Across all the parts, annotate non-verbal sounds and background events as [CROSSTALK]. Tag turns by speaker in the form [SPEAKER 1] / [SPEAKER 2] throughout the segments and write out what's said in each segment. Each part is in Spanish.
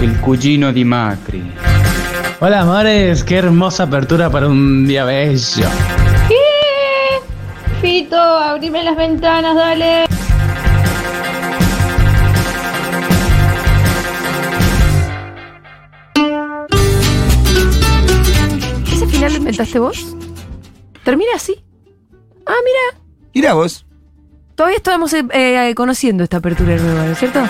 [SPEAKER 1] El cugino di Macri.
[SPEAKER 2] Hola amores, qué hermosa apertura para un día bello.
[SPEAKER 3] ¿Qué? Fito, abrime las ventanas, dale.
[SPEAKER 4] ¿Ese final lo inventaste vos? Termina así. Ah, mira,
[SPEAKER 5] Mirá vos.
[SPEAKER 4] todavía estamos eh, eh, conociendo esta apertura nueva, ¿no es cierto?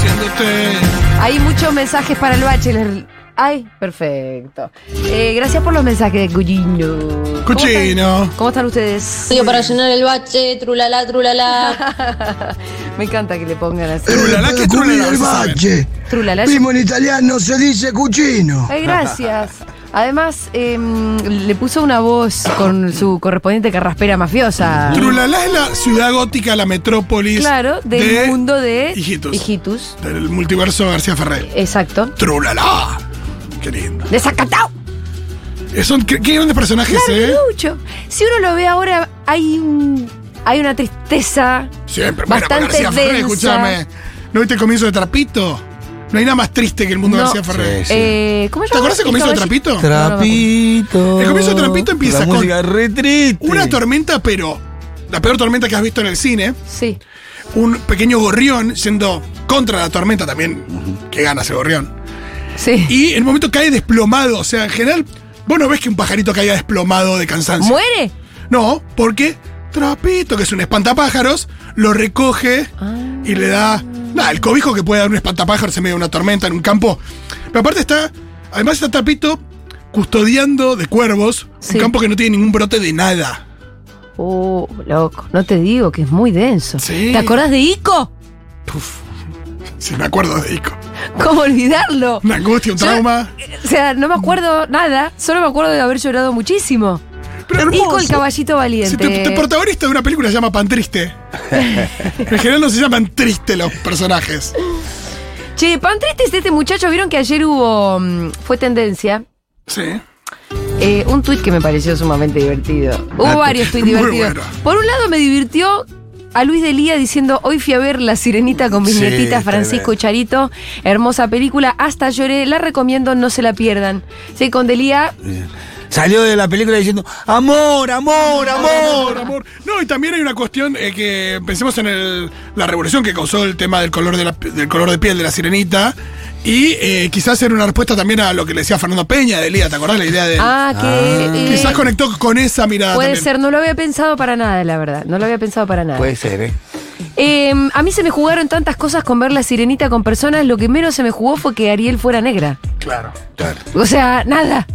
[SPEAKER 5] Siéndote.
[SPEAKER 4] Hay muchos mensajes para el bachelor. Ay, perfecto. Eh, gracias por los mensajes, Cuchino.
[SPEAKER 5] Cuchino.
[SPEAKER 4] ¿Cómo están ustedes?
[SPEAKER 6] Digo, para llenar el bache, trulala, trulala.
[SPEAKER 3] [LAUGHS]
[SPEAKER 4] Me encanta que le pongan así.
[SPEAKER 5] Trulala que trulala.
[SPEAKER 7] el
[SPEAKER 5] vas a ver.
[SPEAKER 7] bache.
[SPEAKER 4] Trulala.
[SPEAKER 7] Primo en italiano se dice cuchino.
[SPEAKER 4] Ay, gracias. Además, em, le puso una voz con su correspondiente carraspera mafiosa.
[SPEAKER 5] Trulala es la ciudad gótica, la metrópolis.
[SPEAKER 4] Claro, del
[SPEAKER 5] de-
[SPEAKER 4] mundo de
[SPEAKER 5] Hijitus.
[SPEAKER 4] Hijitus.
[SPEAKER 5] Del multiverso García Ferrer.
[SPEAKER 4] Exacto.
[SPEAKER 5] Trulala. Qué lindo.
[SPEAKER 4] Desacatado.
[SPEAKER 5] Eh, Son, qué, qué grandes personajes, ¿eh?
[SPEAKER 4] Mucho. Si uno lo ve ahora, hay un- hay una tristeza.
[SPEAKER 5] Siempre.
[SPEAKER 4] Bastante
[SPEAKER 5] bueno, pero García Ferrer,
[SPEAKER 4] densa.
[SPEAKER 5] escúchame. ¿No viste el comienzo de Trapito? No hay nada más triste que el mundo
[SPEAKER 4] No.
[SPEAKER 5] García Ferrer.
[SPEAKER 7] Sí, sí.
[SPEAKER 4] Eh, ¿Cómo se
[SPEAKER 5] ¿Te
[SPEAKER 4] llama?
[SPEAKER 5] acuerdas el comienzo de Trapito?
[SPEAKER 7] Trapito.
[SPEAKER 5] El comienzo de Trapito empieza
[SPEAKER 7] La
[SPEAKER 5] con
[SPEAKER 7] música re triste.
[SPEAKER 5] Una tormenta, pero la peor tormenta que has visto en el cine.
[SPEAKER 4] Sí.
[SPEAKER 5] Un pequeño gorrión yendo contra la tormenta también. Que gana ese gorrión.
[SPEAKER 4] Sí.
[SPEAKER 5] Y en un momento cae desplomado. O sea, en general, vos no ves que un pajarito caiga desplomado de cansancio.
[SPEAKER 4] ¿Muere?
[SPEAKER 5] No, porque Trapito, que es un espantapájaros, lo recoge y le da nada, el cobijo que puede dar un espantapájaros en medio de una tormenta, en un campo. Pero aparte está, además está Trapito custodiando de cuervos
[SPEAKER 4] Sí.
[SPEAKER 5] un campo que no tiene ningún brote de nada.
[SPEAKER 4] Oh, loco. No te digo que es muy denso.
[SPEAKER 5] Sí.
[SPEAKER 4] ¿Te acordás de Ico?
[SPEAKER 5] Si me acuerdo de Ico.
[SPEAKER 4] ¿Cómo olvidarlo?
[SPEAKER 5] Una angustia, un
[SPEAKER 4] Yo- eh,
[SPEAKER 5] trauma.
[SPEAKER 4] O sea, no me acuerdo nada, solo me acuerdo de haber llorado muchísimo.
[SPEAKER 5] Pero hermoso.
[SPEAKER 4] Ico el caballito
[SPEAKER 5] Si
[SPEAKER 4] valiente.
[SPEAKER 5] te, te protagonista de una película se llama Pan
[SPEAKER 4] [LAUGHS]
[SPEAKER 5] Triste. en general no se llaman tristes los personajes.
[SPEAKER 4] Che, pan triste es este muchacho. Vieron que ayer hubo. mm, fue tendencia.
[SPEAKER 5] Sí.
[SPEAKER 4] eh, un tuit que me pareció sumamente divertido. Hubo
[SPEAKER 7] Dato.
[SPEAKER 4] varios tuits
[SPEAKER 5] Ah, [LAUGHS] Muy
[SPEAKER 4] divertidos.
[SPEAKER 5] bueno.
[SPEAKER 4] Por un lado me divirtió a Luis de Lía diciendo hoy fui a ver La Sirenita con mis
[SPEAKER 7] Sí,
[SPEAKER 4] nietitas
[SPEAKER 7] está
[SPEAKER 4] Francisco y
[SPEAKER 7] bien.
[SPEAKER 4] Charito. Hermosa película. Hasta lloré. La recomiendo, no se la pierdan. Sí, con Delía.
[SPEAKER 7] Salió de la película diciendo amor,
[SPEAKER 5] Amor,
[SPEAKER 7] amor, amor.
[SPEAKER 5] amor. No, y también hay una cuestión eh, que pensemos en el- la revolución que causó el tema del color de, la- del color de piel de la sirenita. Y eh, quizás era una respuesta también a lo que le decía Fernando Peña de Lía, ¿te acordás la idea de.?
[SPEAKER 4] Ah, que. eh,
[SPEAKER 5] quizás conectó con esa mirada.
[SPEAKER 4] Puede
[SPEAKER 5] también. Pues.
[SPEAKER 4] ser, no lo había pensado para nada, la verdad. No lo había pensado para nada.
[SPEAKER 7] Puede ser, ¿eh?
[SPEAKER 4] Eh, a mí se me jugaron tantas cosas con ver la sirenita con personas. Lo que menos se me jugó fue que Ariel fuera negra.
[SPEAKER 5] Claro.
[SPEAKER 7] Claro.
[SPEAKER 4] O sea, nada.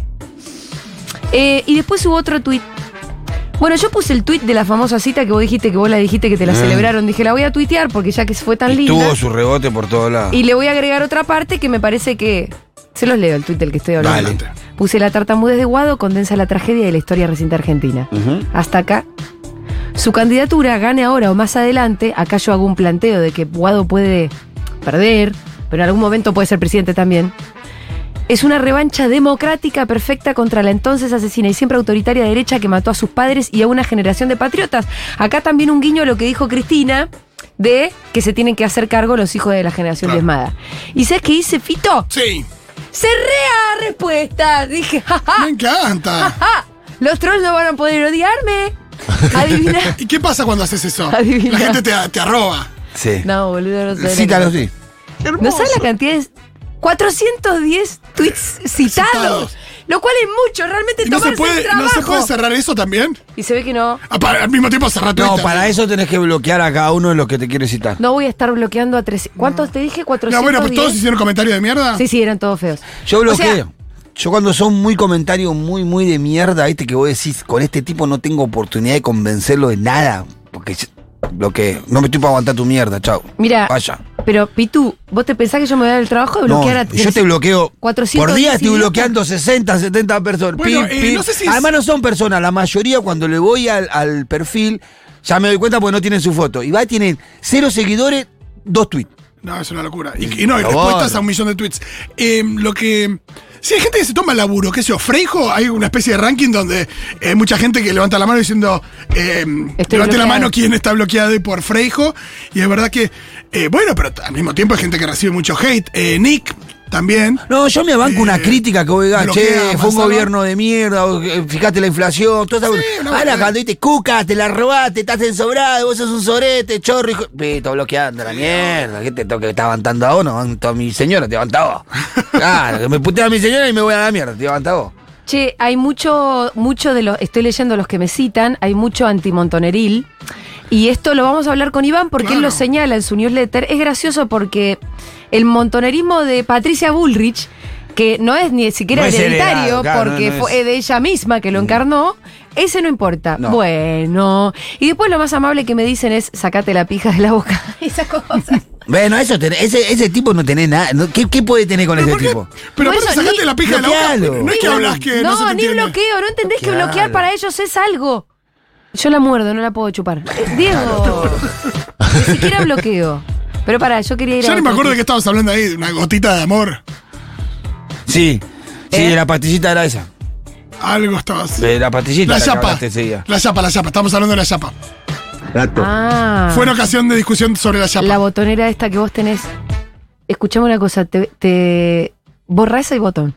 [SPEAKER 4] Eh, y después hubo otro tuit. Bueno, yo puse el tuit de la famosa cita que vos dijiste que vos la dijiste que te la celebraron. Dije, la voy a tuitear porque ya que fue tan
[SPEAKER 7] Y
[SPEAKER 4] linda.
[SPEAKER 7] tuvo su rebote por todos lados.
[SPEAKER 4] Y le voy a agregar otra parte que me parece que. Se los leo el tuit del que estoy hablando.
[SPEAKER 7] Dale.
[SPEAKER 4] Puse la tartamudez de Guado condensa la tragedia de la historia reciente argentina. Hasta acá. Su candidatura gane ahora o más adelante. Acá yo hago un planteo de que Guado puede perder, pero en algún momento puede ser presidente también. Es una revancha democrática perfecta contra la entonces asesina y siempre autoritaria derecha que mató a sus padres y a una generación de patriotas. Acá también un guiño a lo que dijo Cristina de que se tienen que hacer cargo los hijos de la generación
[SPEAKER 5] Claro.
[SPEAKER 4] diezmada. ¿Y sabes qué hice, Fito?
[SPEAKER 5] Sí.
[SPEAKER 4] Cerré a respuesta. Dije, jaja,
[SPEAKER 5] Me encanta.
[SPEAKER 4] [LAUGHS] jaja, los trolls no van a poder
[SPEAKER 5] [LAUGHS]
[SPEAKER 4] odiarme. Adivina.
[SPEAKER 5] ¿Y qué pasa cuando haces eso?
[SPEAKER 4] Adivina.
[SPEAKER 5] La gente te, te arroba.
[SPEAKER 7] Sí.
[SPEAKER 4] No, boludo, no sabes.
[SPEAKER 7] Cítalo, sí.
[SPEAKER 4] No sabes la cantidad de. 410 tweets citados,
[SPEAKER 5] Citados.
[SPEAKER 4] Lo cual es mucho, realmente
[SPEAKER 5] Y no, se
[SPEAKER 4] tomarse el
[SPEAKER 5] puede,
[SPEAKER 4] trabajo.
[SPEAKER 5] ¿No se puede cerrar eso también?
[SPEAKER 4] Y se ve que no.
[SPEAKER 5] Ah, para- al mismo tiempo cerrar
[SPEAKER 7] No,
[SPEAKER 5] Twitter.
[SPEAKER 7] para eso tenés que bloquear a cada uno de los que te quiere citar.
[SPEAKER 4] No voy a estar bloqueando a 300. ¿Cuántos te dije? 410.
[SPEAKER 5] No, bueno, pues todos hicieron comentarios de mierda.
[SPEAKER 4] Sí, sí, eran todos feos.
[SPEAKER 7] Yo
[SPEAKER 4] O
[SPEAKER 7] bloqueo.
[SPEAKER 4] sea,
[SPEAKER 7] yo cuando son muy comentarios muy, muy de mierda, viste que vos decís, con este tipo no tengo oportunidad de convencerlo de nada. Porque yo- bloqueo. No me estoy para aguantar tu mierda, chao.
[SPEAKER 4] mira.
[SPEAKER 7] Vaya.
[SPEAKER 4] Pero, Pitu, ¿vos te pensás que yo me voy a dar el trabajo de
[SPEAKER 7] No,
[SPEAKER 4] bloquear a
[SPEAKER 7] yo te bloqueo.
[SPEAKER 4] 410
[SPEAKER 7] por día estoy
[SPEAKER 4] idiotas.
[SPEAKER 7] bloqueando 60, 70 personas.
[SPEAKER 5] Bueno,
[SPEAKER 7] Pim,
[SPEAKER 5] eh,
[SPEAKER 7] pim.
[SPEAKER 5] no sé si es-
[SPEAKER 7] Además no son personas, la mayoría cuando le voy al, al perfil, ya me doy cuenta porque no tienen su foto. Y va, tienen cero seguidores, dos tweets.
[SPEAKER 5] No, es una locura. Y, y no, hay
[SPEAKER 7] Por favor.
[SPEAKER 5] respuestas a un millón de tweets. Eh, lo que. Sí, hay gente que se toma laburo, qué sé yo. Freijo, hay una especie de ranking donde hay mucha gente que levanta la mano diciendo. eh, levante
[SPEAKER 4] Estoy
[SPEAKER 5] la
[SPEAKER 4] bloqueado.
[SPEAKER 5] mano quien está bloqueado y por Freijo. Y es verdad que. eh, bueno, pero al mismo tiempo hay gente que recibe mucho hate. Eh, Nick, también.
[SPEAKER 7] No, yo me banco
[SPEAKER 5] Eh,
[SPEAKER 7] una crítica que vos digas,
[SPEAKER 5] bloquea,
[SPEAKER 7] che, fue un
[SPEAKER 5] Manzano".
[SPEAKER 7] gobierno de mierda, o, eh, fijate la inflación, toda esa...
[SPEAKER 5] Sí, una
[SPEAKER 7] Ahora
[SPEAKER 5] boludez.
[SPEAKER 7] cuando dices, cuca, te la robaste, estás ensobrado, vos sos un sorete, chorro, hijo... Pito, bloqueando la mierda, ¿qué te toca? ¿Te levantando a vos? No, banco a mi señora, te levanta
[SPEAKER 5] [LAUGHS]
[SPEAKER 7] vos. Claro, que me putea a mi señora y me voy a la mierda, te levanta vos.
[SPEAKER 4] Che, hay mucho, mucho de los, estoy leyendo los que me citan, hay mucho antimontoneril. Y esto lo vamos a hablar con Iván porque él
[SPEAKER 5] Claro.
[SPEAKER 4] lo señala en su newsletter. Es gracioso porque el montonerismo de Patricia Bullrich, que no es ni siquiera
[SPEAKER 7] No es
[SPEAKER 4] hereditario,
[SPEAKER 7] heredado, claro,
[SPEAKER 4] porque
[SPEAKER 7] no, no
[SPEAKER 4] fue
[SPEAKER 7] es. Mm.
[SPEAKER 4] de ella misma que lo encarnó, ese no importa.
[SPEAKER 7] No.
[SPEAKER 4] Bueno. Y después lo más amable que me dicen es sacate la pija de la boca. [LAUGHS] Esas cosas.
[SPEAKER 7] Bueno, eso tenés- ese, ese tipo no tenés nada. no- ¿Qué, qué puede tener con ese
[SPEAKER 5] ¿Por qué?
[SPEAKER 7] tipo?
[SPEAKER 5] Pero
[SPEAKER 4] Por
[SPEAKER 5] aparte
[SPEAKER 4] eso,
[SPEAKER 5] sacaste
[SPEAKER 4] ni-
[SPEAKER 5] la pija de la boca.
[SPEAKER 7] bloquealo.
[SPEAKER 5] No es que
[SPEAKER 7] Ni-
[SPEAKER 5] hablas que no,
[SPEAKER 4] no,
[SPEAKER 5] se te
[SPEAKER 4] ni
[SPEAKER 5] entiende.
[SPEAKER 4] bloqueo, no entendés que
[SPEAKER 7] Claro.
[SPEAKER 4] bloquear para ellos es algo. Yo la muerdo, no la puedo chupar. Eh, Diego, ni siquiera bloqueo. Pero pará, yo quería ir a.
[SPEAKER 5] Ya ni me
[SPEAKER 4] otro
[SPEAKER 5] acuerdo
[SPEAKER 4] tipo.
[SPEAKER 5] de qué estabas hablando ahí, de una gotita de amor.
[SPEAKER 7] Sí, sí, la pastillita era esa.
[SPEAKER 5] Algo estabas.
[SPEAKER 7] De la pastillita.
[SPEAKER 5] La
[SPEAKER 7] que
[SPEAKER 5] chapa.
[SPEAKER 7] hablaste ese día.
[SPEAKER 5] La chapa, la chapa. Estamos hablando de la chapa.
[SPEAKER 4] Ah,
[SPEAKER 5] Fue una ocasión de discusión sobre la chapa.
[SPEAKER 4] la botonera esta que vos tenés. Escuchame una cosa, te, te- borra ese botón.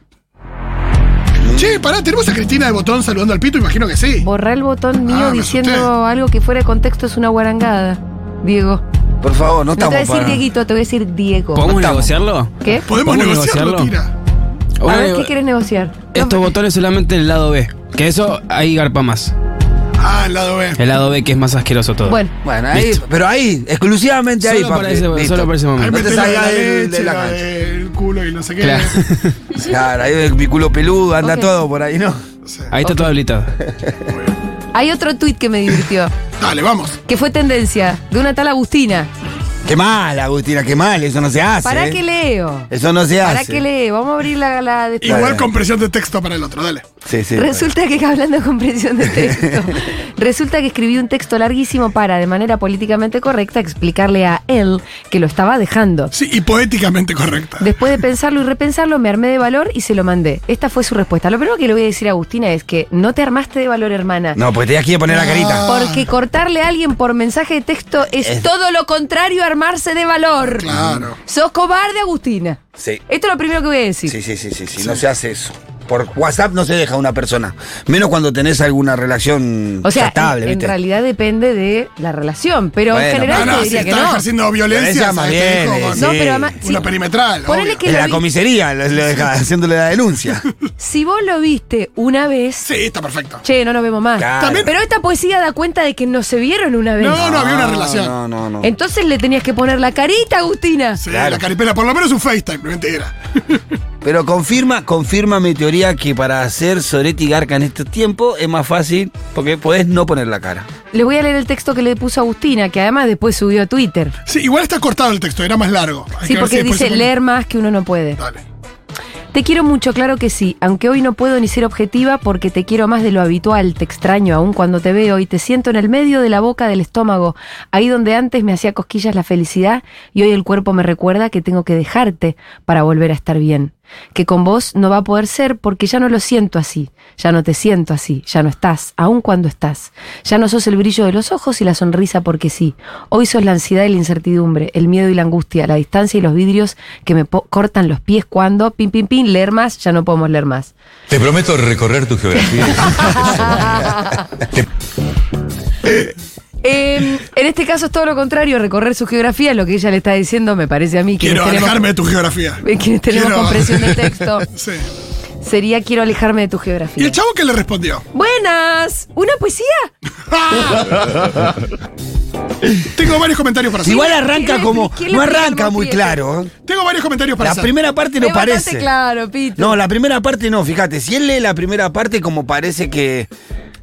[SPEAKER 5] Che, pará, tenemos a Cristina de Botón saludando al pito, imagino que sí.
[SPEAKER 4] Borra el botón mío
[SPEAKER 5] Ah, me
[SPEAKER 4] diciendo
[SPEAKER 5] asusté.
[SPEAKER 4] algo que fuera de contexto es una guarangada. Diego.
[SPEAKER 7] Por favor, no
[SPEAKER 4] No te voy a
[SPEAKER 7] estamos
[SPEAKER 4] decir
[SPEAKER 7] para...
[SPEAKER 4] Dieguito, te voy a decir Diego.
[SPEAKER 8] ¿Podemos
[SPEAKER 7] estamos.
[SPEAKER 8] negociarlo?
[SPEAKER 4] ¿Qué?
[SPEAKER 5] Podemos
[SPEAKER 8] ¿Podemos
[SPEAKER 5] negociarlo,
[SPEAKER 8] negociarlo?
[SPEAKER 5] tira.
[SPEAKER 4] A
[SPEAKER 8] Ahora
[SPEAKER 4] ver,
[SPEAKER 8] nego-
[SPEAKER 4] ¿qué querés negociar?
[SPEAKER 8] Estos botones solamente el lado B. Que eso ahí garpa más.
[SPEAKER 5] Ah, el lado B.
[SPEAKER 8] El lado B que es más asqueroso todo.
[SPEAKER 4] Bueno,
[SPEAKER 7] Bueno, ahí,
[SPEAKER 8] Listo.
[SPEAKER 7] pero ahí, exclusivamente ahí,
[SPEAKER 8] Solo para
[SPEAKER 7] papi,
[SPEAKER 8] ese-
[SPEAKER 7] listo.
[SPEAKER 8] solo para ese momento.
[SPEAKER 5] Ahí
[SPEAKER 7] No te
[SPEAKER 5] metés la
[SPEAKER 7] salgas
[SPEAKER 5] de la
[SPEAKER 7] del- de
[SPEAKER 5] leche,
[SPEAKER 7] la
[SPEAKER 5] la
[SPEAKER 7] cancha.
[SPEAKER 5] del culo y no sé qué.
[SPEAKER 8] Claro.
[SPEAKER 7] Claro, ahí el piculo peludo, anda
[SPEAKER 4] Ok.
[SPEAKER 7] todo por ahí, ¿no?
[SPEAKER 5] No sé.
[SPEAKER 8] Ahí está todo habilitado.
[SPEAKER 4] hay otro tuit que me divirtió.
[SPEAKER 5] Dale, vamos.
[SPEAKER 4] que fue tendencia de una tal Agustina.
[SPEAKER 7] Qué mal, Agustina, qué mal, eso no se hace.
[SPEAKER 4] ¿Para
[SPEAKER 7] ¿eh?
[SPEAKER 4] qué leo?
[SPEAKER 7] Eso no se
[SPEAKER 4] ¿Para
[SPEAKER 7] hace.
[SPEAKER 4] qué leo? Vamos a abrir la, la de-
[SPEAKER 7] Dale,
[SPEAKER 5] Igual
[SPEAKER 7] dale.
[SPEAKER 5] con presión de texto para el otro, dale.
[SPEAKER 7] Sí, sí.
[SPEAKER 4] Resulta que hablando con presión de texto, resulta que escribí un texto larguísimo para, de manera políticamente correcta, explicarle a él que lo estaba dejando.
[SPEAKER 5] Sí, y poéticamente correcta.
[SPEAKER 4] Después de pensarlo y repensarlo, me armé de valor y se lo mandé. Esta fue su respuesta. Lo primero que le voy a decir a Agustina es que no te armaste de valor, hermana.
[SPEAKER 7] No, porque tenías que ir a poner la carita.
[SPEAKER 4] Porque cortarle a alguien por mensaje de texto es,
[SPEAKER 7] Es-
[SPEAKER 4] todo lo contrario a armarse de valor.
[SPEAKER 5] Claro.
[SPEAKER 4] Sos cobarde, Agustina.
[SPEAKER 7] Sí.
[SPEAKER 4] Esto es lo primero que voy a decir.
[SPEAKER 7] Sí, sí, sí, sí, sí, no se hace eso. Por WhatsApp no se deja una persona. Menos cuando tenés alguna relación
[SPEAKER 4] O sea,
[SPEAKER 7] estable,
[SPEAKER 4] en, en
[SPEAKER 7] ¿viste?
[SPEAKER 4] realidad depende de la relación, pero
[SPEAKER 7] Bueno,
[SPEAKER 4] en
[SPEAKER 5] No,
[SPEAKER 4] general
[SPEAKER 5] Ah,
[SPEAKER 4] te
[SPEAKER 5] no, si
[SPEAKER 4] diría que
[SPEAKER 5] está
[SPEAKER 4] no.
[SPEAKER 5] ejerciendo violencia,
[SPEAKER 7] Violencia más
[SPEAKER 5] ¿sabes? Te
[SPEAKER 7] bien,
[SPEAKER 5] dijo con
[SPEAKER 7] sí.
[SPEAKER 4] No, pero además, si,
[SPEAKER 5] Una perimetral.
[SPEAKER 4] Ponele
[SPEAKER 5] obvio.
[SPEAKER 4] que
[SPEAKER 7] en
[SPEAKER 4] lo
[SPEAKER 7] la
[SPEAKER 4] vi-
[SPEAKER 7] comisaría lo, lo deja haciéndole la denuncia.
[SPEAKER 4] si vos lo viste una vez,
[SPEAKER 5] Sí, está perfecto.
[SPEAKER 4] che, no nos vemos más.
[SPEAKER 7] Claro.
[SPEAKER 5] También-
[SPEAKER 4] Pero esta poesía da cuenta de que no se vieron una vez.
[SPEAKER 5] No, no había una
[SPEAKER 7] No,
[SPEAKER 5] relación.
[SPEAKER 7] No, no, no.
[SPEAKER 4] Entonces le tenías que poner la carita, Agustina.
[SPEAKER 5] Sí,
[SPEAKER 7] Claro.
[SPEAKER 5] la caripela, por lo menos un FaceTime, no entera.
[SPEAKER 7] Pero confirma, confirma mi teoría que para hacer Soretti y Garca en estos tiempos es más fácil porque podés no poner la cara.
[SPEAKER 4] Les voy a leer el texto que le puso Agustina, que además después subió a Twitter.
[SPEAKER 5] Sí, igual está cortado el texto, era más largo. Hay
[SPEAKER 4] Sí,
[SPEAKER 5] que ver si
[SPEAKER 4] porque
[SPEAKER 5] después
[SPEAKER 4] dice
[SPEAKER 5] se pone-
[SPEAKER 4] leer más que uno no puede.
[SPEAKER 5] Dale.
[SPEAKER 4] Te quiero mucho, claro que sí, aunque hoy no puedo ni ser objetiva porque te quiero más de lo habitual, te extraño aún cuando te veo y te siento en el medio de la boca del estómago, ahí donde antes me hacía cosquillas la felicidad y hoy el cuerpo me recuerda que tengo que dejarte para volver a estar bien, que con vos no va a poder ser porque ya no lo siento así, ya no te siento así, ya no estás, aún cuando estás, ya no sos el brillo de los ojos y la sonrisa porque sí, hoy sos la ansiedad y la incertidumbre, el miedo y la angustia, la distancia y los vidrios que me po- cortan los pies cuando, pin, pin, pin, leer más, ya no podemos leer más.
[SPEAKER 9] Te prometo recorrer tu
[SPEAKER 10] [LAUGHS]
[SPEAKER 9] geografía.
[SPEAKER 4] Eh, en este caso es todo lo contrario, recorrer su geografía, lo que ella le está diciendo, me parece a mí, que
[SPEAKER 5] Quiero
[SPEAKER 4] tenemos,
[SPEAKER 5] alejarme de tu geografía.
[SPEAKER 4] eh, quienes tenemos
[SPEAKER 7] [LAUGHS]
[SPEAKER 5] Quiero-
[SPEAKER 4] comprensión de texto,
[SPEAKER 5] [LAUGHS] Sí.
[SPEAKER 4] sería quiero alejarme de tu
[SPEAKER 5] ¿Y
[SPEAKER 4] geografía.
[SPEAKER 5] el chavo qué le respondió?
[SPEAKER 4] Buenas, ¿una poesía?
[SPEAKER 5] ¡Ah!
[SPEAKER 7] [LAUGHS]
[SPEAKER 5] Tengo varios comentarios para hacer.
[SPEAKER 7] Igual arranca
[SPEAKER 4] ¿Quién le-
[SPEAKER 7] como.
[SPEAKER 4] quién le
[SPEAKER 7] No
[SPEAKER 4] explica
[SPEAKER 7] arranca
[SPEAKER 4] más
[SPEAKER 7] muy
[SPEAKER 4] bien?
[SPEAKER 7] claro. ¿eh?
[SPEAKER 5] Tengo varios comentarios para
[SPEAKER 7] La
[SPEAKER 5] hacer.
[SPEAKER 7] primera parte no
[SPEAKER 4] Es bastante
[SPEAKER 7] parece.
[SPEAKER 4] claro, Pito.
[SPEAKER 7] No, la primera parte no, fíjate. Si él lee la primera parte, como parece que.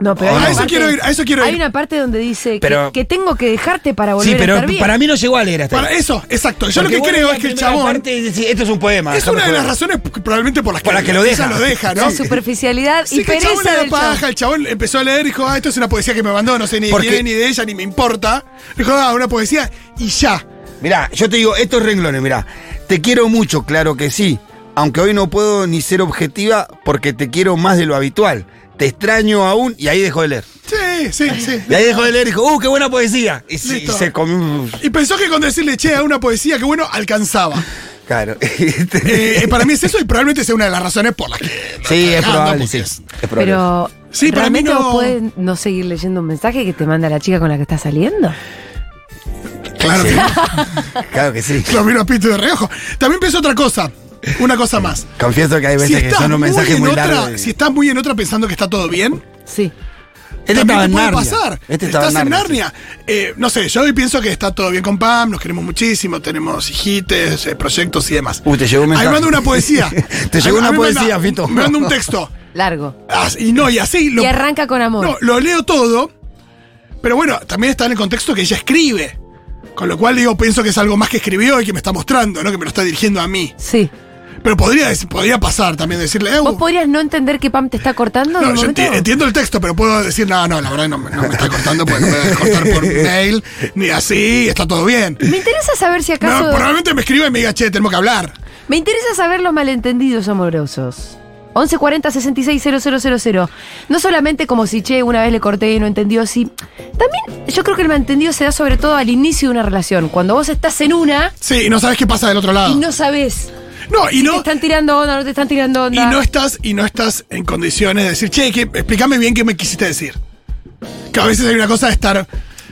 [SPEAKER 4] No, pero
[SPEAKER 7] Ah,
[SPEAKER 4] hay una
[SPEAKER 7] a eso
[SPEAKER 4] parte-
[SPEAKER 5] quiero ir, a eso quiero
[SPEAKER 4] Hay
[SPEAKER 5] ir.
[SPEAKER 4] una parte donde dice que-
[SPEAKER 7] Pero-
[SPEAKER 4] que, tengo que dejarte para volver
[SPEAKER 7] Sí,
[SPEAKER 4] a
[SPEAKER 7] pero
[SPEAKER 4] estar bien.
[SPEAKER 7] para mí no llegó a leer hasta
[SPEAKER 5] Para
[SPEAKER 7] ahí.
[SPEAKER 5] eso, exacto. Yo
[SPEAKER 7] Porque
[SPEAKER 5] lo
[SPEAKER 7] vos
[SPEAKER 5] que creo
[SPEAKER 7] lees
[SPEAKER 5] es que el
[SPEAKER 7] la primera
[SPEAKER 5] chabón
[SPEAKER 7] parte y decís, esto es un poema.
[SPEAKER 5] es
[SPEAKER 7] déjame
[SPEAKER 5] una de las
[SPEAKER 7] jugar.
[SPEAKER 5] razones probablemente por las que,
[SPEAKER 7] Por las que lo
[SPEAKER 5] ella
[SPEAKER 7] deja.
[SPEAKER 5] lo deja, ¿no?
[SPEAKER 4] La superficialidad
[SPEAKER 5] Sí,
[SPEAKER 4] y
[SPEAKER 5] que el chabón le
[SPEAKER 4] pereza
[SPEAKER 5] da
[SPEAKER 4] del
[SPEAKER 5] paja,
[SPEAKER 4] chabón.
[SPEAKER 5] el chabón empezó a leer y dijo, ah, esto es una poesía que me mandó, no sé ni
[SPEAKER 7] Porque-
[SPEAKER 5] quién es, ni de ella, ni me importa. Dijo, ah, una poesía y ya.
[SPEAKER 7] Mirá, yo te digo, estos renglones, mirá. Te quiero mucho, claro que sí. Aunque hoy no puedo ni ser objetiva porque te quiero más de lo habitual. Te extraño aún y ahí dejó de leer.
[SPEAKER 5] Sí, sí, sí.
[SPEAKER 7] Y ahí dejó de leer y dijo, ¡uh, qué buena poesía! Y, se- y
[SPEAKER 5] Listo.
[SPEAKER 7] se comió un...
[SPEAKER 5] Y pensó que con decirle, che, a una poesía, que bueno, alcanzaba.
[SPEAKER 7] Claro. [LAUGHS] Este,
[SPEAKER 5] Eh, para mí es eso y probablemente sea una de las razones por las que.
[SPEAKER 7] sí, es
[SPEAKER 5] Ah, no,
[SPEAKER 7] probable. Sí,
[SPEAKER 5] porque
[SPEAKER 7] es probable.
[SPEAKER 4] Pero.
[SPEAKER 5] Sí, para mí
[SPEAKER 4] ¿realmente
[SPEAKER 5] no-
[SPEAKER 4] vos podés no seguir leyendo un mensaje que te manda la chica con la que estás saliendo?
[SPEAKER 5] Claro que
[SPEAKER 7] Claro que sí.
[SPEAKER 5] lo miro a pito de reojo. También pienso otra cosa. Una cosa más.
[SPEAKER 7] Confieso que hay veces que son un mensaje
[SPEAKER 5] en
[SPEAKER 7] muy
[SPEAKER 5] otra-
[SPEAKER 7] largo. de-
[SPEAKER 5] si estás muy en otra pensando que está todo bien,
[SPEAKER 4] Sí.
[SPEAKER 7] Este
[SPEAKER 5] también
[SPEAKER 7] estaba
[SPEAKER 5] te
[SPEAKER 7] en
[SPEAKER 5] puede
[SPEAKER 7] Narnia.
[SPEAKER 5] pasar.
[SPEAKER 7] Este estaba
[SPEAKER 5] Estás en
[SPEAKER 7] sí.
[SPEAKER 5] Narnia. Eh, no sé, yo hoy pienso que está todo bien con Pam, nos queremos muchísimo, tenemos hijites, eh, proyectos y demás.
[SPEAKER 7] Uy, te llegó un
[SPEAKER 5] Ahí
[SPEAKER 7] mensaje.
[SPEAKER 5] manda una poesía.
[SPEAKER 7] [LAUGHS] Te
[SPEAKER 5] A-
[SPEAKER 7] llegó
[SPEAKER 5] a
[SPEAKER 7] una
[SPEAKER 5] mí me manda-
[SPEAKER 7] poesía, Fito.
[SPEAKER 5] Me manda un texto.
[SPEAKER 4] Largo.
[SPEAKER 5] Ah, Y no, y así lo.
[SPEAKER 4] y arranca con amor.
[SPEAKER 5] No, lo leo todo. Pero bueno, también está en el contexto que ella escribe. Con lo cual digo, pienso que es algo más que escribió y que me está mostrando, ¿no? Que me lo está dirigiendo a mí.
[SPEAKER 4] Sí.
[SPEAKER 5] Pero podría, dec- podría pasar también decirle, eh,
[SPEAKER 4] ¿Vos
[SPEAKER 5] uh,
[SPEAKER 4] podrías no entender que Pam te está cortando? en
[SPEAKER 5] no,
[SPEAKER 4] un
[SPEAKER 5] yo
[SPEAKER 4] momento?
[SPEAKER 5] enti- entiendo el texto, pero puedo decir, no, no, la verdad no, me- no me está cortando porque no me voy a cortar
[SPEAKER 4] [LAUGHS]
[SPEAKER 5] por mail, ni así, está todo bien.
[SPEAKER 4] Me interesa saber si
[SPEAKER 5] No,
[SPEAKER 4] acaso.
[SPEAKER 5] probablemente me escriba y me diga, che, tenemos que hablar.
[SPEAKER 4] Me interesa saber los malentendidos amorosos. 1140-660000. No solamente como si, che, una vez le corté y no entendió, sí. También yo creo que el malentendido se da sobre todo al inicio de una relación. Cuando vos estás en una
[SPEAKER 5] Sí, y no sabes qué pasa del otro
[SPEAKER 4] y
[SPEAKER 5] lado.
[SPEAKER 4] no sabés.
[SPEAKER 5] No, y
[SPEAKER 4] si
[SPEAKER 5] no,
[SPEAKER 4] te están tirando onda, no te están tirando
[SPEAKER 5] y
[SPEAKER 4] onda.
[SPEAKER 5] no estás, y no estás en condiciones de decir, che, que, explícame bien qué me quisiste decir. Que a veces hay una cosa de estar.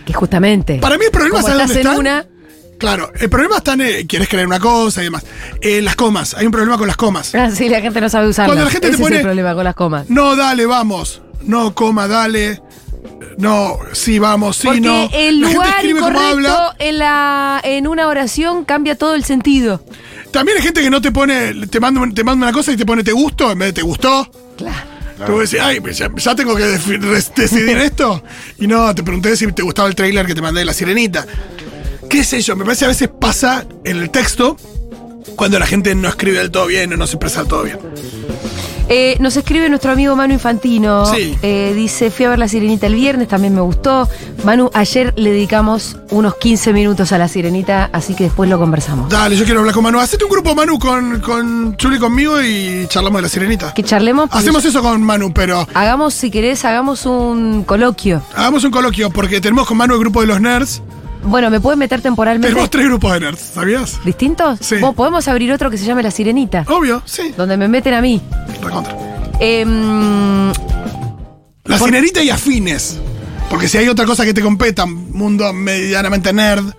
[SPEAKER 4] Que justamente.
[SPEAKER 5] Para mí el problema
[SPEAKER 4] como
[SPEAKER 5] ¿sabes
[SPEAKER 4] estás
[SPEAKER 5] dónde
[SPEAKER 4] en
[SPEAKER 5] está?
[SPEAKER 4] una.
[SPEAKER 5] Claro, el problema está en, eh, quieres creer una cosa y demás. Eh, las comas, hay un problema con las
[SPEAKER 4] [LAUGHS]
[SPEAKER 5] comas.
[SPEAKER 4] Ah, sí, la gente no sabe usarla.
[SPEAKER 5] Cuando la gente
[SPEAKER 4] Ese
[SPEAKER 5] te
[SPEAKER 4] es
[SPEAKER 5] pone-
[SPEAKER 4] el problema con las comas.
[SPEAKER 5] No, dale, vamos. No, coma, dale. No, sí, vamos, sí,
[SPEAKER 4] Porque
[SPEAKER 5] no.
[SPEAKER 4] el
[SPEAKER 5] La gente
[SPEAKER 4] lugar
[SPEAKER 5] escribe como
[SPEAKER 4] incorrecto
[SPEAKER 5] habla.
[SPEAKER 4] en, la, en una oración cambia todo el sentido.
[SPEAKER 5] También hay gente que no te pone, te manda, un- te manda una cosa y te pone te gusto en vez de te gustó.
[SPEAKER 4] Claro.
[SPEAKER 5] Tú decís, ay, pues ya, ya tengo que defi- res-
[SPEAKER 4] [LAUGHS]
[SPEAKER 5] decidir esto. Y no, te pregunté si te gustaba el trailer que te mandé de La Sirenita. ¿Qué sé yo? Me parece que a veces pasa en el texto cuando la gente no escribe del todo bien o no se expresa del todo bien.
[SPEAKER 4] Eh, nos escribe nuestro amigo Manu Infantino.
[SPEAKER 5] Sí.
[SPEAKER 4] Eh, dice, fui a ver la sirenita el viernes, también me gustó. Manu, ayer le dedicamos unos 15 minutos a la sirenita, así que después lo conversamos.
[SPEAKER 5] Dale, yo quiero hablar con Manu. Hacete un grupo Manu con, con Chuli conmigo y charlamos de La Sirenita.
[SPEAKER 4] Que charlemos. porque
[SPEAKER 5] Hacemos eso con Manu, pero
[SPEAKER 4] Hagamos, si querés, hagamos un coloquio.
[SPEAKER 5] hagamos un coloquio porque tenemos con Manu el grupo de los nerds.
[SPEAKER 4] Bueno, ¿me puedes meter temporalmente?
[SPEAKER 5] Tenemos tres grupos de nerds, ¿sabías?
[SPEAKER 4] ¿Distintos?
[SPEAKER 5] Sí. Oh.
[SPEAKER 4] Vos, podemos abrir otro que se llame La Sirenita,
[SPEAKER 5] Obvio, sí.
[SPEAKER 4] donde me meten a mí.
[SPEAKER 5] Recontra.
[SPEAKER 4] Em,
[SPEAKER 5] La sirenita y afines. Porque si hay otra cosa que te competa, mundo medianamente nerd.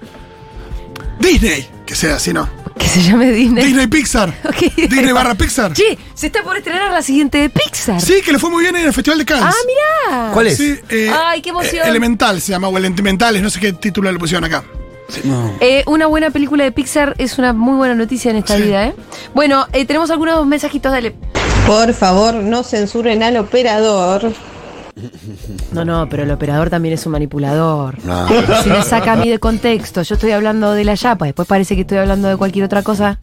[SPEAKER 5] Disney, que sea así, ¿no?
[SPEAKER 4] que se llame Disney.
[SPEAKER 5] Disney Pixar.
[SPEAKER 4] [LAUGHS] Ok.
[SPEAKER 5] Disney barra Pixar.
[SPEAKER 4] Che, se está por estrenar la siguiente de Pixar.
[SPEAKER 5] Sí, que le fue muy bien en el Festival de Cannes.
[SPEAKER 4] Ah, mirá.
[SPEAKER 7] ¿Cuál es?
[SPEAKER 5] Sí, eh,
[SPEAKER 4] Ay, qué emoción.
[SPEAKER 5] eh, Elemental se llama, o Elementales, no sé qué título le pusieron acá.
[SPEAKER 4] Eh, una buena película de Pixar es una muy buena noticia en esta
[SPEAKER 5] Sí.
[SPEAKER 4] vida, ¿eh? Bueno, eh, tenemos algunos mensajitos, dale.
[SPEAKER 11] Por favor, no censuren al operador.
[SPEAKER 4] No, no, pero el operador también es un manipulador.
[SPEAKER 7] No.
[SPEAKER 4] Se me saca a mí de contexto. Yo estoy hablando de la yapa, después parece que estoy hablando de cualquier otra cosa.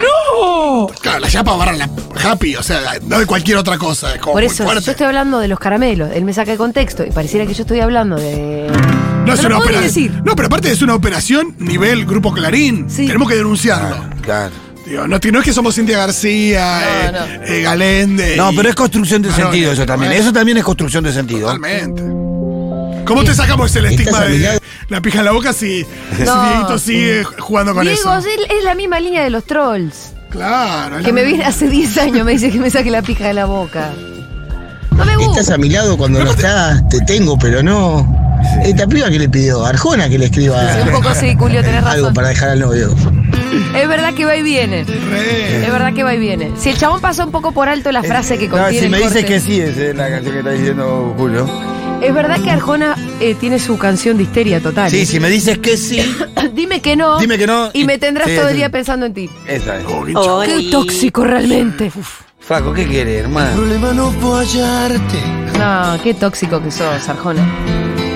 [SPEAKER 5] Claro, la chapa barra la happy, o sea, la- no de cualquier otra cosa. Es como
[SPEAKER 4] Por
[SPEAKER 5] muy
[SPEAKER 4] eso,
[SPEAKER 5] fuerte.
[SPEAKER 4] yo estoy hablando de los caramelos, él me saca de contexto y pareciera que yo estoy hablando de...
[SPEAKER 5] No es
[SPEAKER 4] lo
[SPEAKER 5] una
[SPEAKER 4] puedo
[SPEAKER 5] operación.
[SPEAKER 4] decir.
[SPEAKER 5] No, pero aparte es una operación nivel Grupo Clarín.
[SPEAKER 4] Sí.
[SPEAKER 5] Tenemos que denunciarlo.
[SPEAKER 7] Claro.
[SPEAKER 5] Digo, no, ti- no es que somos Cintia García,
[SPEAKER 4] No,
[SPEAKER 5] eh, eh, Galende.
[SPEAKER 7] No,
[SPEAKER 5] y-
[SPEAKER 7] pero es construcción de
[SPEAKER 5] Ah, no,
[SPEAKER 7] sentido
[SPEAKER 5] no,
[SPEAKER 7] eso también.
[SPEAKER 5] bueno,
[SPEAKER 7] Eso también es construcción de sentido.
[SPEAKER 5] Totalmente. ¿Cómo te sacamos el estigma de la pija en la boca si, si
[SPEAKER 4] No.
[SPEAKER 5] Dieguito sigue jugando con
[SPEAKER 4] Diego,
[SPEAKER 5] eso?
[SPEAKER 4] es, es la misma línea de los trolls.
[SPEAKER 5] Claro. es
[SPEAKER 4] Que
[SPEAKER 5] la-
[SPEAKER 4] me viene hace 10 años, me dice que me saque la pija de la boca. No me gusta.
[SPEAKER 10] Estás a mi lado cuando no estás, te tengo, pero no. Esta piba que le pidió, Arjona que le escriba
[SPEAKER 4] Sí, un poco sí, Julio, tenés
[SPEAKER 10] algo
[SPEAKER 4] razón.
[SPEAKER 10] para dejar al novio.
[SPEAKER 4] Es verdad que va y viene.
[SPEAKER 5] Re.
[SPEAKER 4] Es verdad que va y viene. Si el chabón pasó un poco por alto la frase que
[SPEAKER 7] Eh, No,
[SPEAKER 4] contiene.
[SPEAKER 7] si
[SPEAKER 4] el
[SPEAKER 7] me dices
[SPEAKER 4] corte.
[SPEAKER 7] que sí, es eh, la canción que está diciendo Julio.
[SPEAKER 4] Es verdad que Arjona eh, tiene su canción de histeria total.
[SPEAKER 7] Sí, si me dices que sí,
[SPEAKER 4] [CLEARS THROAT] Dime que no.
[SPEAKER 7] Dime que no.
[SPEAKER 4] Y me tendrás
[SPEAKER 7] Sí,
[SPEAKER 4] todo el
[SPEAKER 7] sí.
[SPEAKER 4] día pensando en ti.
[SPEAKER 7] esa es.
[SPEAKER 4] Qué tóxico realmente.
[SPEAKER 7] Faco, ¿qué quieres, hermano?
[SPEAKER 10] problema no fue hallarte,
[SPEAKER 4] No, qué tóxico que sos, Arjona.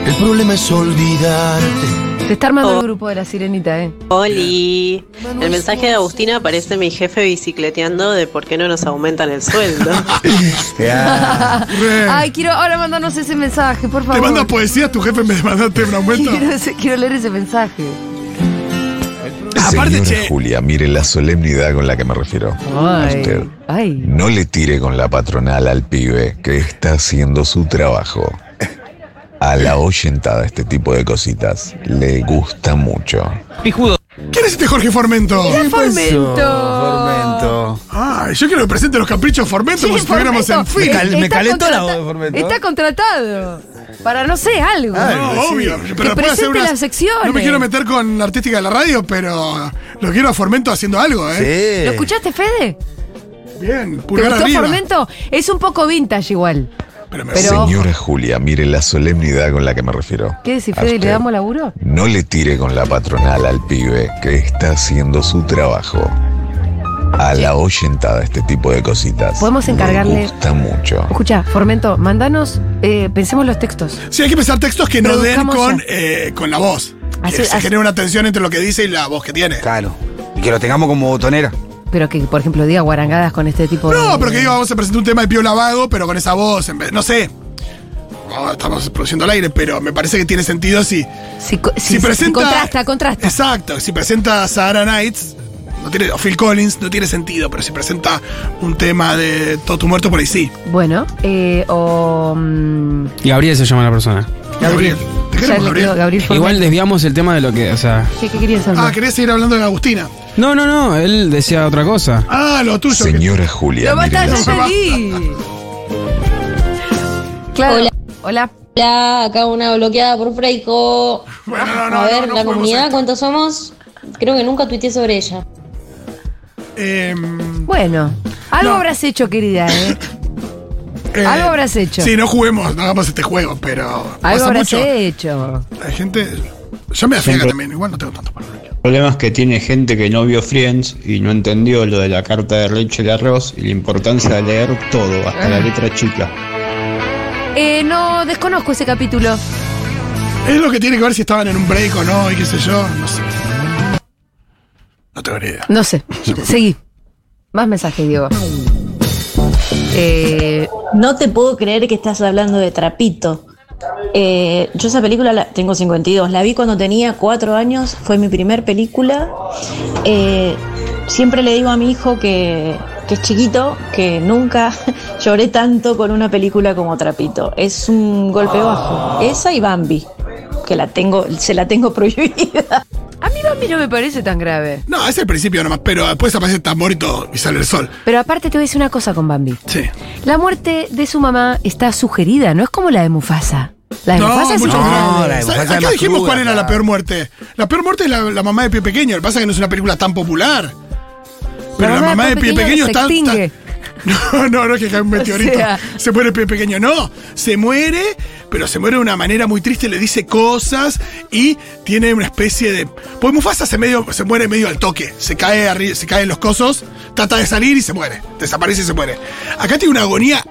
[SPEAKER 10] el problema es olvidarte.
[SPEAKER 4] Te está armando el grupo de la sirenita,
[SPEAKER 7] [LAUGHS]
[SPEAKER 4] ¿eh?
[SPEAKER 11] Oli. El mensaje de Agustina parece mi jefe bicicleteando de por qué no nos aumentan el sueldo.
[SPEAKER 7] Ya.
[SPEAKER 5] Re.
[SPEAKER 4] Ay, quiero ahora mandarnos ese mensaje, por favor.
[SPEAKER 5] Te manda poesía tu jefe en vez de mandarte un aumento.
[SPEAKER 4] quiero, ese- quiero leer ese mensaje.
[SPEAKER 5] Aparte,
[SPEAKER 9] Señora
[SPEAKER 5] che.
[SPEAKER 9] Julia, mire la solemnidad con la que me refiero.
[SPEAKER 4] Ay.
[SPEAKER 9] Usted.
[SPEAKER 4] Ay.
[SPEAKER 9] No le tire con la patronal al pibe que está haciendo su trabajo. A la oyentada este tipo de cositas le gusta mucho.
[SPEAKER 8] Pijudo.
[SPEAKER 5] ¿Quién es este Jorge Formento?
[SPEAKER 4] Mira, Formento.
[SPEAKER 7] Formento.
[SPEAKER 5] Ay, yo quiero que presente los caprichos Formento como si estuviéramos en
[SPEAKER 4] Formento.
[SPEAKER 5] fin.
[SPEAKER 7] Me cal- me
[SPEAKER 4] Está
[SPEAKER 7] calentó la
[SPEAKER 4] contrata-
[SPEAKER 7] voz de Formento, ¿eh?
[SPEAKER 4] Está contratado. Para no sé, algo.
[SPEAKER 7] Ah,
[SPEAKER 5] No,
[SPEAKER 7] sí.
[SPEAKER 5] obvio.
[SPEAKER 4] Que
[SPEAKER 5] Pero puede hacer
[SPEAKER 4] presente
[SPEAKER 5] unas-
[SPEAKER 4] las secciones.
[SPEAKER 5] No me quiero meter con la artística de la radio, pero lo quiero a Formento haciendo algo, ¿eh?
[SPEAKER 7] Sí.
[SPEAKER 4] ¿Lo escuchaste, Fede?
[SPEAKER 5] Bien,
[SPEAKER 4] ¿Te
[SPEAKER 5] pulgar
[SPEAKER 4] gustó
[SPEAKER 5] arriba.
[SPEAKER 4] Formento? Es un poco vintage igual.
[SPEAKER 5] Pero me-
[SPEAKER 4] Pero-
[SPEAKER 9] Señora Julia, mire la solemnidad con la que me refiero.
[SPEAKER 4] ¿Qué decís,
[SPEAKER 9] A
[SPEAKER 4] Fede? ¿Le
[SPEAKER 9] usted.
[SPEAKER 4] damos laburo?
[SPEAKER 9] No le tire con la patronal al pibe que está haciendo su trabajo. A la oyentada este tipo de cositas.
[SPEAKER 4] Podemos
[SPEAKER 9] Me
[SPEAKER 4] encargarle-
[SPEAKER 9] gusta mucho.
[SPEAKER 4] Escucha, Formento, mandanos, eh, pensemos los textos.
[SPEAKER 5] Sí, hay que pensar textos que no den
[SPEAKER 4] Produzcamos
[SPEAKER 5] con,
[SPEAKER 4] ya.
[SPEAKER 5] eh, con la voz.
[SPEAKER 4] Así-
[SPEAKER 5] que se
[SPEAKER 4] así-
[SPEAKER 5] genere una tensión entre lo que dice y la voz que tiene.
[SPEAKER 7] Claro. Y que lo tengamos como botonera.
[SPEAKER 4] Pero que, por ejemplo, diga guarangadas con este tipo de.
[SPEAKER 5] No, pero que digo, vamos a presentar un tema de Piola Vago, pero con esa voz, en vez- no sé. Oh, estamos produciendo al aire, pero me parece que tiene sentido si,
[SPEAKER 4] Si, co- si-
[SPEAKER 5] si,
[SPEAKER 4] si
[SPEAKER 5] presenta.
[SPEAKER 4] contrasta, contrasta.
[SPEAKER 5] Exacto, si presenta a Sahara Nights, no tiene, o Phil Collins, no tiene sentido, pero si presenta un tema de Todo tu muerto, por ahí sí.
[SPEAKER 4] Bueno, eh, o. mm,
[SPEAKER 8] Gabriel se llama la persona.
[SPEAKER 5] Gabriel. Te
[SPEAKER 4] ya
[SPEAKER 5] queremos,
[SPEAKER 4] le
[SPEAKER 5] Gabriel.
[SPEAKER 4] quedó Gabriel Formento.
[SPEAKER 8] Igual desviamos el tema de lo que, o sea...
[SPEAKER 4] ¿Qué, qué querías hablar?
[SPEAKER 5] Ah, querías seguir hablando de Agustina.
[SPEAKER 8] No, no, no, él decía otra cosa.
[SPEAKER 5] Ah, lo tuyo. que-
[SPEAKER 9] Señora Julia,
[SPEAKER 4] ¡Lo
[SPEAKER 9] mire la
[SPEAKER 4] mataste,
[SPEAKER 9] solemnidad.
[SPEAKER 4] Feli! Claro. Hola.
[SPEAKER 6] Hola. Hola, acá una bloqueada por Freico.
[SPEAKER 5] Bueno, no, no,
[SPEAKER 6] a ver,
[SPEAKER 5] no, no
[SPEAKER 6] la
[SPEAKER 5] juguemos
[SPEAKER 6] comunidad,
[SPEAKER 5] esto.
[SPEAKER 6] ¿cuántos somos? Creo que nunca tuiteé sobre ella.
[SPEAKER 5] Em,
[SPEAKER 4] Bueno, algo
[SPEAKER 5] No.
[SPEAKER 4] habrás hecho, querida, ¿eh?
[SPEAKER 5] eh,
[SPEAKER 4] Algo habrás hecho.
[SPEAKER 5] Sí, no juguemos, no hagamos este juego, pero.
[SPEAKER 4] Algo
[SPEAKER 5] [LAUGHS] pasa
[SPEAKER 4] habrás
[SPEAKER 5] mucho.
[SPEAKER 4] hecho.
[SPEAKER 5] Hay gente. Yo me afiaga también, igual no tengo tanto para
[SPEAKER 12] Problemas que tiene gente que no vio Friends y no entendió lo de la carta de Rachel a Ross y la importancia de leer todo, hasta la letra chica.
[SPEAKER 4] Eh, no, desconozco ese capítulo.
[SPEAKER 5] Es lo que tiene que ver si estaban en un break o no, y qué sé yo, no sé. No tengo ni idea.
[SPEAKER 4] No sé. Seguí. Más mensajes, Diego. Eh,
[SPEAKER 6] No te puedo creer que estás hablando de Trapito. Eh, yo esa película, la, tengo 52, la vi cuando tenía 4 años, fue mi primer película. Eh, siempre le digo a mi hijo que, que es chiquito, que nunca [LAUGHS] lloré tanto con una película como Trapito. Es un golpe bajo. Esa y Bambi, que la tengo, se la tengo [LAUGHS] prohibida.
[SPEAKER 4] a mí Bambi no me parece tan grave.
[SPEAKER 5] No, es el principio nomás, pero después aparece el tambor y todo, y sale el sol.
[SPEAKER 4] Pero aparte te voy a decir una cosa con Bambi.
[SPEAKER 5] Sí.
[SPEAKER 4] La muerte de su mamá está sugerida, no es como la de Mufasa. La de Mufasa es
[SPEAKER 5] mucho
[SPEAKER 4] una-
[SPEAKER 5] más grave.
[SPEAKER 7] No, la de Mufasa
[SPEAKER 5] ¿Sabes?
[SPEAKER 7] es
[SPEAKER 5] Acá
[SPEAKER 7] más
[SPEAKER 5] dijimos
[SPEAKER 7] cruda,
[SPEAKER 5] cuál era la
[SPEAKER 7] claro.
[SPEAKER 5] peor muerte. La peor muerte es la, la mamá de Pie Pequeño, lo que pasa es que no es una película tan popular. Pero la mamá, de Pie Pequeño,
[SPEAKER 4] se
[SPEAKER 5] está,
[SPEAKER 4] extingue.
[SPEAKER 5] está- [LAUGHS] No, no, no es que cae un meteorito.
[SPEAKER 4] sea.
[SPEAKER 5] Se muere Pie Pequeño. No, se muere, pero se muere de una manera muy triste, le dice cosas y tiene una especie de. Pues Mufasa se, medio, se muere medio al toque. Se cae, arri- se cae en los cosos, trata de salir y se muere. Desaparece y se muere. Acá tiene una agonía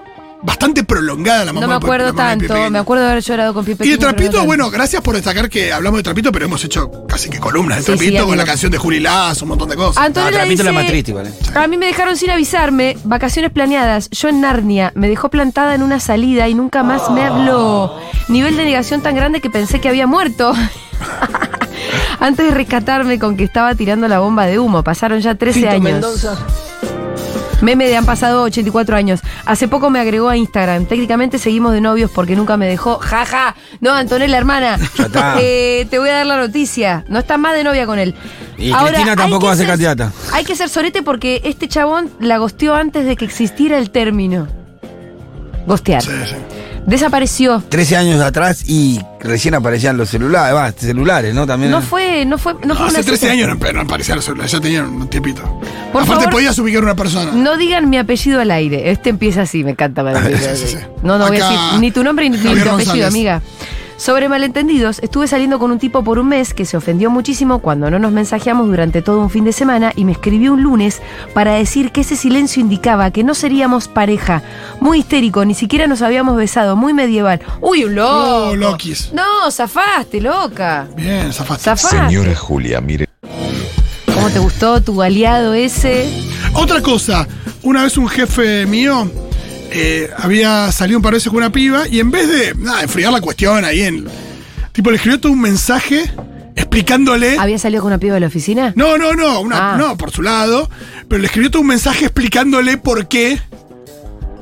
[SPEAKER 5] bastante prolongada la mamá
[SPEAKER 4] No me
[SPEAKER 5] de- la
[SPEAKER 4] acuerdo
[SPEAKER 5] mamá de Pie
[SPEAKER 4] tanto,
[SPEAKER 5] Pequeño.
[SPEAKER 4] me acuerdo de haber llorado con Pie
[SPEAKER 5] Y
[SPEAKER 4] Pequeño.
[SPEAKER 5] de
[SPEAKER 4] pero no
[SPEAKER 5] Trapito,
[SPEAKER 4] tanto.
[SPEAKER 5] bueno, gracias por destacar que hablamos de Trapito, pero hemos hecho casi que columnas de
[SPEAKER 4] Sí, sí,
[SPEAKER 5] Trapito con
[SPEAKER 4] algo.
[SPEAKER 5] la canción de Jurilás, un montón de cosas.
[SPEAKER 4] Antonella
[SPEAKER 7] Ah, Trapito
[SPEAKER 4] dice,
[SPEAKER 7] la más triste igual, eh.
[SPEAKER 4] A mí me dejaron sin avisarme, vacaciones planeadas, yo en Narnia, me dejó plantada en una salida y nunca más me habló. Nivel de negación tan grande que pensé que había muerto. [LAUGHS] Antes de rescatarme con que estaba tirando la bomba de humo, pasaron ya 13 años. Meme de han pasado 84 años. Hace poco me agregó a Instagram. Técnicamente seguimos de novios porque nunca me dejó. Jaja. No, Antonella, hermana.
[SPEAKER 7] Ya está.
[SPEAKER 4] [LAUGHS] Eh, te voy a dar la noticia. No estás más de novia con él.
[SPEAKER 7] Y Cristina tampoco
[SPEAKER 4] hay que
[SPEAKER 7] va a ser
[SPEAKER 4] ser-
[SPEAKER 7] candidata.
[SPEAKER 4] Hay que ser sorete porque este chabón la gosteó antes de que existiera el término. Gostear.
[SPEAKER 5] Sí, sí.
[SPEAKER 4] Desapareció.
[SPEAKER 7] 13 años atrás y recién aparecían los celulares, va, celulares, ¿no? También.
[SPEAKER 4] No fue, no fue, no,
[SPEAKER 5] No,
[SPEAKER 4] fue una
[SPEAKER 5] hace 13
[SPEAKER 4] cita.
[SPEAKER 5] años no, pero no aparecían los celulares, ya tenían un tiempito.
[SPEAKER 4] Por
[SPEAKER 5] Aparte,
[SPEAKER 4] favor.
[SPEAKER 5] podías ubicar una persona.
[SPEAKER 4] No digan mi apellido al aire. Este empieza así, me encanta.
[SPEAKER 5] [LAUGHS]
[SPEAKER 4] para mí.
[SPEAKER 5] Sí, sí.
[SPEAKER 4] No, no voy a
[SPEAKER 5] Acá,
[SPEAKER 4] decir ni tu nombre ni, ni tu
[SPEAKER 5] Javier
[SPEAKER 4] apellido,
[SPEAKER 5] González.
[SPEAKER 4] amiga. Sobre malentendidos, estuve saliendo con un tipo por un mes que se ofendió muchísimo cuando no nos mensajeamos durante todo un fin de semana y me escribió un lunes para decir que ese silencio indicaba que no seríamos pareja. Muy histérico, ni siquiera nos habíamos besado, muy medieval. ¡Uy, un loco!
[SPEAKER 5] Oh, Lokis.
[SPEAKER 4] No, zafaste, loca.
[SPEAKER 5] Bien, zafaste.
[SPEAKER 4] Zafaste.
[SPEAKER 9] Señora Julia, mire.
[SPEAKER 4] ¿Cómo te gustó tu aliado ese?
[SPEAKER 5] ¿Eh? Otra cosa, una vez un jefe mío eh, había salido un par de veces con una piba y en vez de nada, enfriar la cuestión ahí en. Tipo, le escribió todo un mensaje explicándole.
[SPEAKER 4] ¿Había salido con una piba de la oficina?
[SPEAKER 5] No, no, no, una-
[SPEAKER 4] Ah.
[SPEAKER 5] no, por su lado. Pero le escribió todo un mensaje explicándole por qué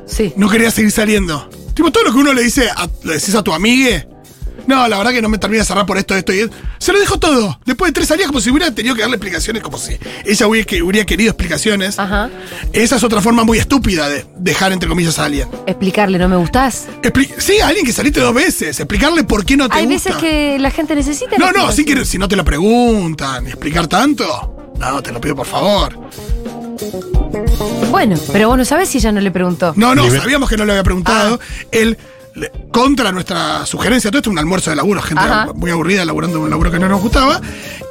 [SPEAKER 4] Sí.
[SPEAKER 5] no quería seguir saliendo. Tipo, todo lo que uno le dice, a, le decís a tu amigue, no, la verdad que no me termina de cerrar por esto, esto y esto. Se lo dijo todo. Después de tres salidas, como si hubiera tenido que darle explicaciones, como si ella hubiera, que- hubiera querido explicaciones.
[SPEAKER 4] Ah.
[SPEAKER 5] Esa es otra forma muy estúpida de dejar, entre comillas, a alguien.
[SPEAKER 4] Explicarle, ¿no me gustás?
[SPEAKER 5] Expli- sí, a alguien que saliste dos veces. Explicarle por qué no te
[SPEAKER 4] Hay
[SPEAKER 5] gusta.
[SPEAKER 4] veces que la gente necesita.
[SPEAKER 5] No, no,
[SPEAKER 4] explicación.
[SPEAKER 5] así que si no te lo preguntan, explicar tanto. No, te lo pido por favor.
[SPEAKER 4] Bueno, pero vos no sabés si ella no le preguntó.
[SPEAKER 5] No, no, sabíamos que no lo había preguntado. Él, le- contra nuestra sugerencia, todo esto es un almuerzo de laburo, gente
[SPEAKER 4] Ajá.
[SPEAKER 5] muy aburrida laburando un laburo que no nos gustaba.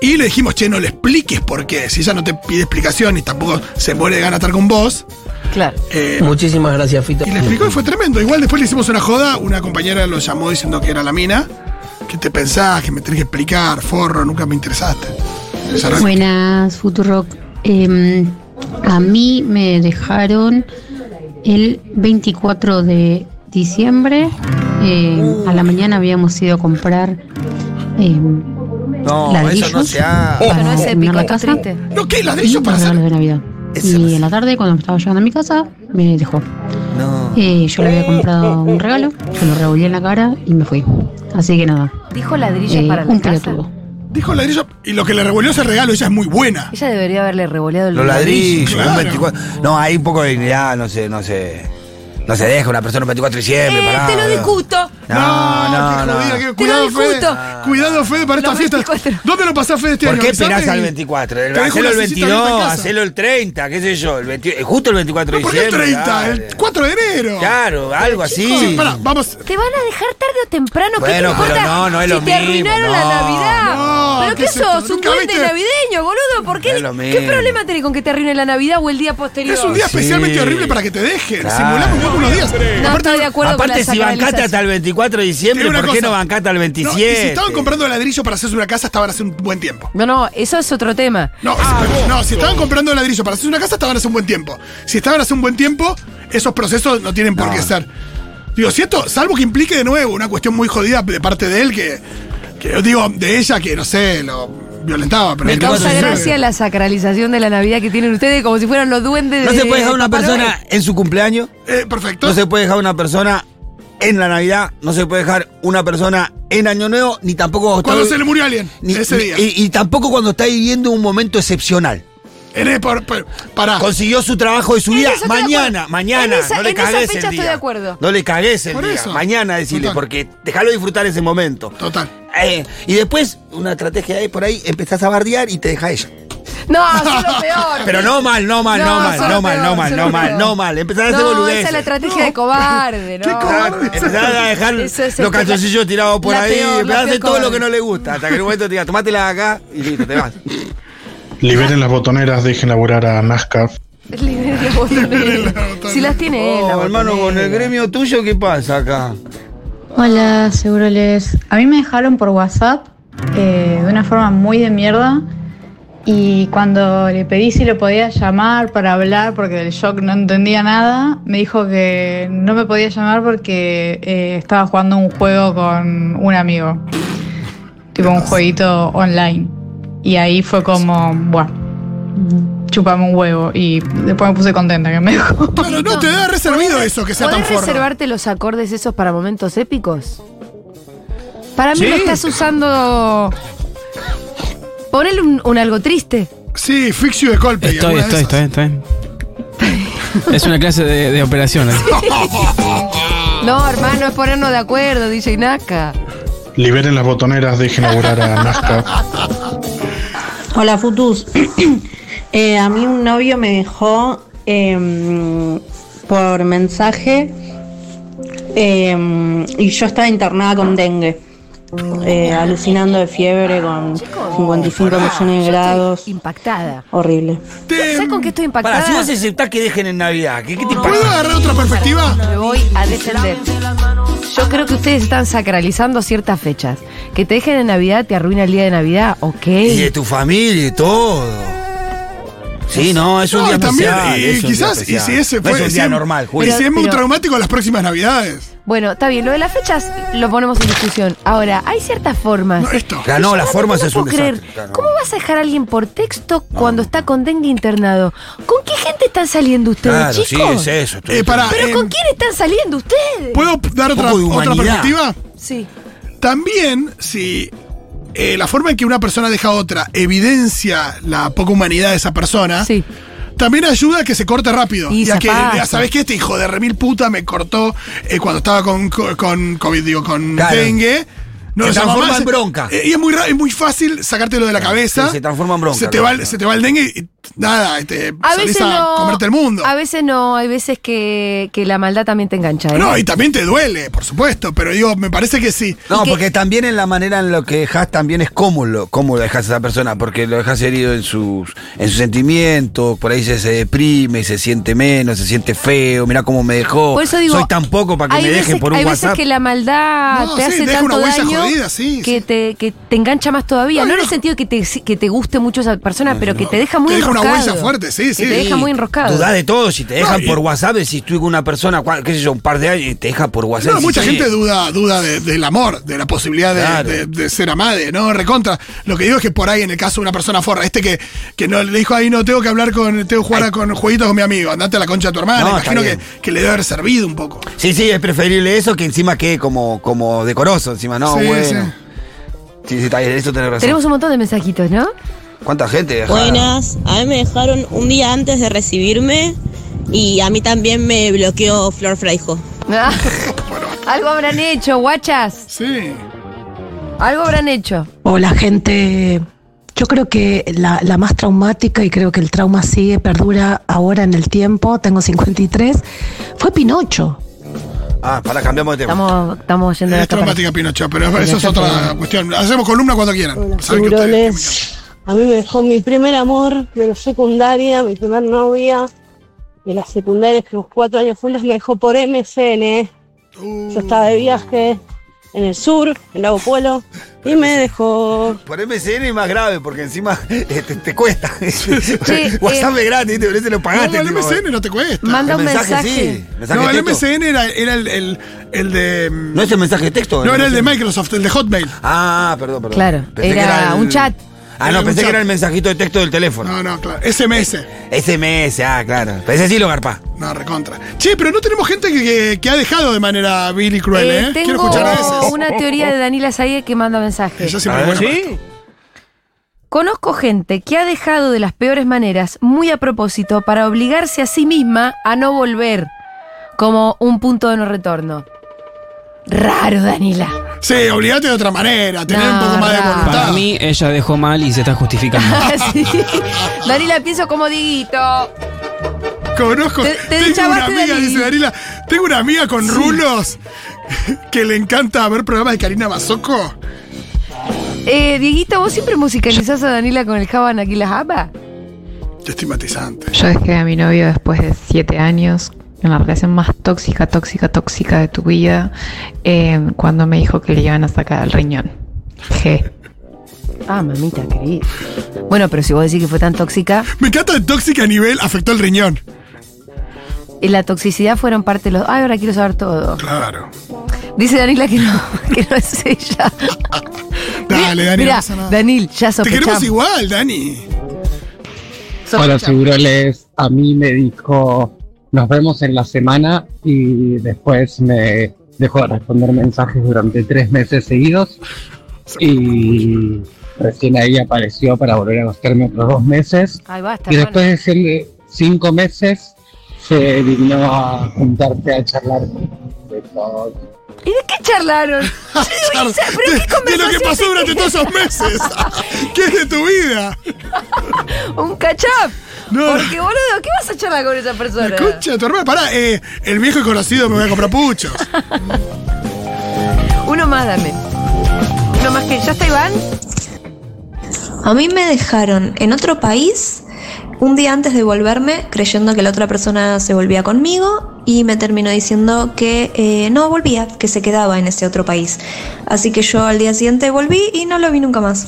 [SPEAKER 5] Y le dijimos, che, no le expliques por qué. Si ella no te pide explicación y tampoco se muere de ganas de estar con vos. eh,
[SPEAKER 4] Claro.
[SPEAKER 13] Muchísimas gracias, Fito.
[SPEAKER 5] Y le explicó y fue tremendo. Igual después le hicimos una joda, una compañera lo llamó diciendo que era la mina. ¿Qué te pensás? Que me tenés que explicar, forro, nunca me interesaste. Esa era-
[SPEAKER 14] Buenas, Futurock. Eh, a mí me dejaron el 24 de diciembre. Eh, a la mañana habíamos ido a comprar eh,
[SPEAKER 7] No,
[SPEAKER 14] ladrillos
[SPEAKER 7] eso no se hace.
[SPEAKER 14] para
[SPEAKER 7] Eso Oh. no es
[SPEAKER 14] adornar
[SPEAKER 7] épico,
[SPEAKER 14] la
[SPEAKER 7] es
[SPEAKER 14] casa.
[SPEAKER 7] triste.
[SPEAKER 5] No, ¿qué
[SPEAKER 14] ladrillos para regalos de Navidad? Y en la tarde, cuando me estaba llegando a mi casa, me dejó. Eh, yo le había comprado un regalo, se lo revolví en la cara y me fui. Así que nada.
[SPEAKER 4] Dijo ladrillos para la
[SPEAKER 14] un
[SPEAKER 4] casa.
[SPEAKER 14] pelotudo.
[SPEAKER 5] Dijo ladrillo y lo que le revolvió ese regalo, ella es muy buena.
[SPEAKER 4] Ella debería haberle revoleado el
[SPEAKER 7] Los ladrillos, un
[SPEAKER 5] Claro.
[SPEAKER 7] 24. No, hay un poco de dignidad, no sé, no sé. No se deja una persona un 24 de diciembre, pará,
[SPEAKER 4] Eh, te lo
[SPEAKER 7] boludo.
[SPEAKER 4] discuto.
[SPEAKER 5] Ah,
[SPEAKER 7] No, no, no.
[SPEAKER 5] Mira, que-
[SPEAKER 4] Te lo
[SPEAKER 5] cuidado, Fede.
[SPEAKER 4] discuto.
[SPEAKER 5] Cuidado, Fede, para esta fiesta. ¿Dónde lo pasás, Fede, este
[SPEAKER 7] ¿Por
[SPEAKER 5] año?
[SPEAKER 7] qué
[SPEAKER 5] Avisame
[SPEAKER 7] esperás
[SPEAKER 5] y-
[SPEAKER 7] al 24?
[SPEAKER 5] Te dejo
[SPEAKER 7] Hacelo
[SPEAKER 5] una
[SPEAKER 7] el
[SPEAKER 5] sillita abierta en
[SPEAKER 7] 22,
[SPEAKER 5] casa.
[SPEAKER 7] hacelo el 30, qué sé yo. El 20 eh, justo el 24 de
[SPEAKER 5] ¿Por qué el
[SPEAKER 7] diciembre.
[SPEAKER 5] 30?
[SPEAKER 7] dale.
[SPEAKER 5] El 4 de enero.
[SPEAKER 7] Claro, algo así.
[SPEAKER 5] Sí, pará, vamos.
[SPEAKER 4] Te van a dejar tarde o temprano. ¿Qué te
[SPEAKER 7] Bueno, pero
[SPEAKER 4] importa
[SPEAKER 7] no, no es
[SPEAKER 4] si
[SPEAKER 7] lo
[SPEAKER 4] te
[SPEAKER 7] mismo,
[SPEAKER 4] arruinaron la
[SPEAKER 7] no.
[SPEAKER 4] Navidad.
[SPEAKER 7] No,
[SPEAKER 4] ¿Pero
[SPEAKER 7] ¿qué
[SPEAKER 4] qué,
[SPEAKER 7] es esto?
[SPEAKER 4] sos? ¿Un
[SPEAKER 7] Nunca
[SPEAKER 4] duende
[SPEAKER 7] viste-
[SPEAKER 4] navideño, boludo? ¿Por qué?
[SPEAKER 7] No es lo
[SPEAKER 4] ¿Qué
[SPEAKER 7] mismo.
[SPEAKER 4] problema tenés con que te arruine la Navidad o el día posterior?
[SPEAKER 5] Es un día especialmente horrible para que te dejen.
[SPEAKER 7] Claro.
[SPEAKER 5] Simulamos un poco unos días.
[SPEAKER 4] No estoy de acuerdo con
[SPEAKER 7] Aparte,
[SPEAKER 4] la
[SPEAKER 7] si bancaste hasta el 24 de
[SPEAKER 5] Te
[SPEAKER 7] diciembre,
[SPEAKER 5] digo
[SPEAKER 7] ¿por
[SPEAKER 5] una
[SPEAKER 7] qué
[SPEAKER 5] cosa.
[SPEAKER 7] no bancaste al
[SPEAKER 5] No,
[SPEAKER 7] 27?
[SPEAKER 5] y si estaban comprando ladrillo para hacerse una casa, estaban hace un buen tiempo.
[SPEAKER 4] No, no, eso es otro tema.
[SPEAKER 5] No, si, no, si estaban comprando ladrillo para hacerse una casa, estaban hace un buen tiempo. Si estaban hace un buen tiempo, esos procesos no tienen por qué ser. Digo, si esto, salvo que implique de nuevo una cuestión muy jodida de parte de él, que, que yo digo, de ella, que no sé, lo violentaba. Pero
[SPEAKER 4] Me
[SPEAKER 5] el
[SPEAKER 4] causa
[SPEAKER 5] 24 de
[SPEAKER 4] gracia
[SPEAKER 5] diciembre-
[SPEAKER 4] la sacralización de la Navidad que tienen ustedes como si fueran los duendes
[SPEAKER 7] ¿No
[SPEAKER 4] de
[SPEAKER 7] se puede dejar una
[SPEAKER 4] Papá Noel.
[SPEAKER 7] persona en su cumpleaños?
[SPEAKER 5] Eh, perfecto.
[SPEAKER 7] No se puede dejar una persona en la Navidad, no se puede dejar una persona en Año Nuevo, ni tampoco... está-
[SPEAKER 5] Cuando se le murió alguien,
[SPEAKER 7] ni-
[SPEAKER 5] ese
[SPEAKER 7] ni-
[SPEAKER 5] día.
[SPEAKER 7] Y, y tampoco cuando está viviendo un momento excepcional.
[SPEAKER 5] En el- por- por- pará.
[SPEAKER 7] Consiguió su trabajo de su
[SPEAKER 4] En
[SPEAKER 7] vida.
[SPEAKER 4] eso estoy de
[SPEAKER 7] Mañana,
[SPEAKER 4] acuerdo.
[SPEAKER 7] mañana.
[SPEAKER 4] En esa-
[SPEAKER 7] no le
[SPEAKER 4] en esa
[SPEAKER 7] cagues
[SPEAKER 4] fecha
[SPEAKER 7] el día.
[SPEAKER 4] estoy de acuerdo.
[SPEAKER 7] No le cagues el
[SPEAKER 4] Por
[SPEAKER 7] día.
[SPEAKER 4] eso.
[SPEAKER 7] Mañana decirle,
[SPEAKER 4] Total.
[SPEAKER 7] porque déjalo disfrutar ese momento. Eh,
[SPEAKER 5] Total.
[SPEAKER 7] y después, una estrategia ahí por ahí, empezás a bardear y te deja ella.
[SPEAKER 4] No, eso es lo
[SPEAKER 5] Ah,
[SPEAKER 4] peor.
[SPEAKER 7] [LAUGHS] Pero no mal, no mal, no,
[SPEAKER 4] No,
[SPEAKER 7] mal,
[SPEAKER 4] son
[SPEAKER 7] no
[SPEAKER 4] lo
[SPEAKER 7] mal, no
[SPEAKER 4] peor,
[SPEAKER 7] mal,
[SPEAKER 4] son
[SPEAKER 7] no
[SPEAKER 4] lo
[SPEAKER 7] mal,
[SPEAKER 4] peor.
[SPEAKER 7] no mal. Empezás a hacer
[SPEAKER 4] No, esa es
[SPEAKER 7] boludeces.
[SPEAKER 4] la estrategia de cobarde, ¿no?
[SPEAKER 7] Empezás a dejar
[SPEAKER 4] Eso es
[SPEAKER 7] los
[SPEAKER 4] espectac-
[SPEAKER 7] calzoncillos tirados por
[SPEAKER 4] la
[SPEAKER 7] ahí,
[SPEAKER 4] peor, la
[SPEAKER 7] empezás a
[SPEAKER 4] peor
[SPEAKER 7] hacer todo lo
[SPEAKER 4] cobarde.
[SPEAKER 7] que no le gusta. Hasta que en un momento te diga, tomátela acá y listo, te
[SPEAKER 4] [LAUGHS]
[SPEAKER 7] vas.
[SPEAKER 15] Liberen las botoneras, dejen laburar a NASCAR.
[SPEAKER 7] [LAUGHS]
[SPEAKER 4] Liberen las botoneras. Si las tiene él. la
[SPEAKER 7] Oh, hermano, con el
[SPEAKER 4] botonera.
[SPEAKER 7] gremio tuyo, ¿qué pasa acá?
[SPEAKER 16] Hola, seguro les. A mí me dejaron por WhatsApp eh, de una forma muy de mierda. Y cuando le pedí si lo podía llamar para hablar, porque del shock no entendía nada, me dijo que no me podía llamar porque eh, estaba jugando un juego con un amigo. Tipo un jueguito online. Y ahí fue como, bueno, chupame un huevo. Y después me puse contenta que me [LAUGHS] dejó.
[SPEAKER 5] Claro, no te da reservido eso que sea tan
[SPEAKER 4] ¿Podés
[SPEAKER 5] forro.
[SPEAKER 4] reservarte los acordes esos para momentos épicos? Para mí
[SPEAKER 5] Sí.
[SPEAKER 4] lo estás usando. Ponele un, un algo triste.
[SPEAKER 5] Sí, fix you de golpe.
[SPEAKER 8] Estoy, estoy, estoy, estoy. Es una clase de, de operación.
[SPEAKER 4] No, hermano, es ponernos de acuerdo, DJ Naka.
[SPEAKER 15] Liberen las botoneras, dejen laburar a NASCAR.
[SPEAKER 17] Hola, Futus. [CLEARS THROAT] Eh, a mí un novio me dejó em, por mensaje em, y yo estaba internada con dengue, eh, alucinando de fiebre con 55 millones de grados.
[SPEAKER 4] Impactada.
[SPEAKER 17] Horrible.
[SPEAKER 4] ¿Sabes con qué estoy impactada?
[SPEAKER 7] Para, si vos aceptás que dejen en Navidad, ¿qué, qué te pasa?
[SPEAKER 5] ¿Puedo agarrar otra perspectiva?
[SPEAKER 4] Me voy a defender. Yo creo que ustedes están sacralizando ciertas fechas. Que te dejen en Navidad te arruina el día de Navidad, ok.
[SPEAKER 7] Y de tu familia y todo. Sí, no, es un
[SPEAKER 5] No,
[SPEAKER 7] día
[SPEAKER 5] y también,
[SPEAKER 7] especial.
[SPEAKER 5] y
[SPEAKER 7] es un día
[SPEAKER 5] quizás, y
[SPEAKER 7] especial.
[SPEAKER 5] si ese
[SPEAKER 7] No
[SPEAKER 5] fue.
[SPEAKER 7] es un
[SPEAKER 5] si
[SPEAKER 7] día
[SPEAKER 5] es-
[SPEAKER 7] normal,
[SPEAKER 5] Y
[SPEAKER 7] Julio.
[SPEAKER 5] si es muy
[SPEAKER 4] Pero-
[SPEAKER 5] traumático las próximas navidades.
[SPEAKER 4] Bueno, está bien, lo de las fechas lo ponemos en discusión. Ahora, hay ciertas formas.
[SPEAKER 5] No, esto. Eh,
[SPEAKER 7] Claro, no,
[SPEAKER 4] Yo
[SPEAKER 7] las
[SPEAKER 4] no
[SPEAKER 7] formas
[SPEAKER 4] puedo
[SPEAKER 7] es un
[SPEAKER 4] creer.
[SPEAKER 7] desastre, claro.
[SPEAKER 4] ¿Cómo vas a dejar a alguien por texto cuando está con dengue internado? ¿Con qué gente están saliendo ustedes,
[SPEAKER 7] Claro, sí,
[SPEAKER 4] chicos?
[SPEAKER 7] es eso. Em, estoy-
[SPEAKER 5] Eh, pará,
[SPEAKER 4] ¿Pero
[SPEAKER 5] eh,
[SPEAKER 4] con quién están saliendo ustedes?
[SPEAKER 5] ¿Puedo dar
[SPEAKER 7] Un
[SPEAKER 5] otra,
[SPEAKER 7] poco de
[SPEAKER 5] otra
[SPEAKER 7] humanidad.
[SPEAKER 5] perspectiva?
[SPEAKER 4] Sí.
[SPEAKER 5] También, si eh, la forma en que una persona deja a otra evidencia la poca humanidad de esa
[SPEAKER 7] Ah,
[SPEAKER 5] persona, también ayuda a que se corte rápido.
[SPEAKER 4] Y
[SPEAKER 5] Y, a que,
[SPEAKER 4] zapazo.
[SPEAKER 5] diga, ¿sabés qué? Este hijo de remil puta me cortó eh, cuando estaba con, co- con COVID, digo, con
[SPEAKER 7] Claro.
[SPEAKER 5] dengue.
[SPEAKER 7] Se
[SPEAKER 5] lo llama
[SPEAKER 7] transforma
[SPEAKER 5] más.
[SPEAKER 7] en bronca.
[SPEAKER 5] Eh, Y es muy, ra- es muy fácil sacártelo de la cabeza.
[SPEAKER 7] se transforma en bronca,
[SPEAKER 5] Se te, va,
[SPEAKER 7] ¿no?
[SPEAKER 5] el- se te va el dengue y nada, y te
[SPEAKER 4] A
[SPEAKER 5] salís
[SPEAKER 4] veces
[SPEAKER 5] a
[SPEAKER 4] no.
[SPEAKER 5] comerte el mundo.
[SPEAKER 4] A veces no, hay veces que, que la maldad también te engancha. ¿eh?
[SPEAKER 5] No, y también te duele, por supuesto, pero digo, me parece que sí.
[SPEAKER 7] No, porque también en la manera en lo que dejas también es cómo lo, cómo lo dejas a esa persona, porque lo dejas herido en sus, en sus sentimientos, por ahí se, se deprime, se siente menos, se siente feo, mirá cómo me dejó.
[SPEAKER 4] Por eso digo,
[SPEAKER 7] Oh, Soy tan poco para que
[SPEAKER 4] hay
[SPEAKER 7] me
[SPEAKER 4] veces,
[SPEAKER 7] dejen por un
[SPEAKER 4] hay
[SPEAKER 7] WhatsApp.
[SPEAKER 4] veces que la maldad
[SPEAKER 5] No,
[SPEAKER 4] te
[SPEAKER 5] sí,
[SPEAKER 4] hace
[SPEAKER 5] deja
[SPEAKER 4] tanto
[SPEAKER 5] una huella
[SPEAKER 4] daño
[SPEAKER 5] jodida, sí,
[SPEAKER 4] que, Te, que te engancha más todavía. No, en el sentido que te, que te guste mucho esa persona, pero que te deja muy
[SPEAKER 5] Te deja una
[SPEAKER 4] enroscado.
[SPEAKER 5] huella fuerte, sí,
[SPEAKER 4] Que
[SPEAKER 5] sí.
[SPEAKER 4] Te deja muy enroscado.
[SPEAKER 7] Dudás de todo, si te dejan
[SPEAKER 5] No, y-
[SPEAKER 7] por WhatsApp, si estoy con una persona, cuál- qué sé yo, un par de años, y te deja por WhatsApp.
[SPEAKER 5] No,
[SPEAKER 7] decís,
[SPEAKER 5] mucha
[SPEAKER 7] "Oye,
[SPEAKER 5] gente duda, duda de- del amor, de la posibilidad de,
[SPEAKER 7] Claro.
[SPEAKER 5] de- de ser amade, ¿no? Recontra. Lo que digo es que por ahí, en el caso de una persona forra, este que, que no le dijo ahí, no, tengo que hablar con, tengo que jugar a- con jueguitos con mi amigo, andate a la concha de tu hermana,
[SPEAKER 7] No,
[SPEAKER 5] imagino
[SPEAKER 7] está
[SPEAKER 5] que,
[SPEAKER 7] bien.
[SPEAKER 5] que le debe haber servido un poco.
[SPEAKER 7] Sí, sí, es preferible eso que encima que como, como decoroso, encima, no,
[SPEAKER 5] Sí,
[SPEAKER 7] bueno. Sí, sí, está bien, eso tenés razón.
[SPEAKER 4] Tenemos un montón de mensajitos,
[SPEAKER 5] [LAUGHS]
[SPEAKER 4] ¿no?
[SPEAKER 7] ¿Cuánta gente deja?
[SPEAKER 18] Buenas, a mí me dejaron un día antes de recibirme y a mí también me bloqueó Flor Fraijo.
[SPEAKER 4] Ah, [LAUGHS] Algo habrán hecho, guachas.
[SPEAKER 5] Sí.
[SPEAKER 4] Algo habrán hecho.
[SPEAKER 19] Hola gente, yo creo que la, la más traumática y creo que el trauma sigue, perdura ahora en el tiempo, tengo 53, fue Pinocho.
[SPEAKER 7] Ah, para cambiamos de tema.
[SPEAKER 4] Estamos, estamos yendo de
[SPEAKER 5] Es
[SPEAKER 4] acá para-
[SPEAKER 5] traumática Pinocho, pero eso es otra cuestión. Hacemos columna cuando quieran. Saben que ustedes-
[SPEAKER 20] tiburones. A mí me dejó mi primer amor de la secundaria, mi primer novia de la secundaria, que los cuatro años fue, me dejó por MSN. ¿eh? Yo estaba de viaje en el sur, en Lago Pueblo, y me dejó.
[SPEAKER 7] Por MCN es más grave, porque encima [LAUGHS] eh, te, te cuesta. [LAUGHS]
[SPEAKER 5] eh,
[SPEAKER 7] WhatsApp es gratis, te parece lo pagaste.
[SPEAKER 5] No, el
[SPEAKER 7] tipo,
[SPEAKER 5] MSN no te cuesta.
[SPEAKER 7] Manda El un mensaje, mensaje. sí. Mensaje
[SPEAKER 5] no, el
[SPEAKER 7] texto.
[SPEAKER 5] MSN era, era el, el- el de. No
[SPEAKER 7] es el mensaje de texto.
[SPEAKER 5] No,
[SPEAKER 7] el
[SPEAKER 5] era el de
[SPEAKER 7] MSN.
[SPEAKER 5] Microsoft, el de Hotmail.
[SPEAKER 7] Ah, perdón, perdón.
[SPEAKER 4] Claro,
[SPEAKER 7] Pensé que
[SPEAKER 4] era
[SPEAKER 7] el-
[SPEAKER 4] un chat.
[SPEAKER 7] Ah,
[SPEAKER 5] Era
[SPEAKER 7] no,
[SPEAKER 5] un
[SPEAKER 7] pensé
[SPEAKER 5] chat.
[SPEAKER 7] que era el mensajito de texto del teléfono.
[SPEAKER 5] No, no, claro. SMS.
[SPEAKER 7] SMS, ah, claro. Pensé sí lo garpa.
[SPEAKER 5] No, recontra. Che, pero no tenemos gente que, que- que ha dejado de manera vil y cruel,
[SPEAKER 4] Eh,
[SPEAKER 5] ¿eh? Quiero
[SPEAKER 4] tengo
[SPEAKER 5] escuchar a veces.
[SPEAKER 4] una teoría de Daniela Saye que manda mensajes.
[SPEAKER 5] Yo
[SPEAKER 8] ¿Ah,
[SPEAKER 5] siempre A ver, bueno,
[SPEAKER 4] Conozco gente que ha dejado de las peores maneras, muy a propósito, para obligarse a sí misma a no volver, como un punto de no retorno. Raro, Daniela. [LAUGHS]
[SPEAKER 5] Sí, obligate de otra manera, tener un poco más de
[SPEAKER 4] Narra.
[SPEAKER 5] voluntad.
[SPEAKER 8] Para mí, ella dejó mal y se está justificando.
[SPEAKER 4] Sí. Daniela, pienso como Dieguito.
[SPEAKER 5] Conozco.
[SPEAKER 4] Te- te
[SPEAKER 5] tengo una
[SPEAKER 4] deschabaste de
[SPEAKER 5] amiga,
[SPEAKER 4] ahí.
[SPEAKER 5] dice Darila, tengo una amiga con rulos [LAUGHS] que le encanta ver programas de Karina Mazoco.
[SPEAKER 4] Eh, Dieguito, ¿vos siempre musicalizás a Daniela con el Javan aquí la jaba?
[SPEAKER 5] Estigmatizante.
[SPEAKER 21] Yo dejé a mi novio después de siete años, en la relación más tóxica, tóxica, tóxica de tu vida, eh, cuando me dijo que le iban a sacar el riñón. Je.
[SPEAKER 4] Ah, mamita querida. Bueno, pero si vos decís que fue tan tóxica,
[SPEAKER 5] Me encanta de tóxica a nivel afectó el riñón.
[SPEAKER 4] eh, la toxicidad fueron parte de los. Ay, ahora quiero saber todo.
[SPEAKER 5] Claro.
[SPEAKER 4] Dice Daniela que no, [LAUGHS] que no es ella.
[SPEAKER 5] Dale, Dani.
[SPEAKER 4] Mira,
[SPEAKER 5] no pasa nada.
[SPEAKER 4] Danil, ya
[SPEAKER 5] Te
[SPEAKER 4] sospechamos.
[SPEAKER 5] queremos igual, Dani.
[SPEAKER 22] Hola, Seguroles. A mí me dijo, nos vemos en la semana y después me dejó de responder mensajes durante tres meses seguidos y recién ahí apareció para volver a buscarme otros dos meses
[SPEAKER 4] Ay, basta.
[SPEAKER 22] y
[SPEAKER 4] hermano.
[SPEAKER 22] después de ser- cinco meses se dignó a juntarse a charlar de todo.
[SPEAKER 4] ¿Y de qué
[SPEAKER 5] [LAUGHS]
[SPEAKER 4] charlaron? Yo digo, Isa, ¿pero qué
[SPEAKER 5] De lo que
[SPEAKER 4] conversación este?
[SPEAKER 5] pasó durante todos
[SPEAKER 4] tenés? [LAUGHS]
[SPEAKER 5] esos meses. ¿Qué es de tu vida?
[SPEAKER 4] Un cachap.
[SPEAKER 5] este No.
[SPEAKER 4] Porque, boludo, ¿qué vas a charlar con esa persona?
[SPEAKER 5] Escucha, tu hermana, pará, eh, el viejo y conocido me voy a
[SPEAKER 4] [LAUGHS]
[SPEAKER 5] comprar puchos.
[SPEAKER 4] Uno más, dame. Uno más que. ¿Ya está Iván?
[SPEAKER 23] A mí me dejaron en otro país un día antes de volverme, creyendo que la otra persona se volvía conmigo y me terminó diciendo que eh, no volvía, que se quedaba en ese otro país. Así que yo al día siguiente volví y no lo vi nunca más.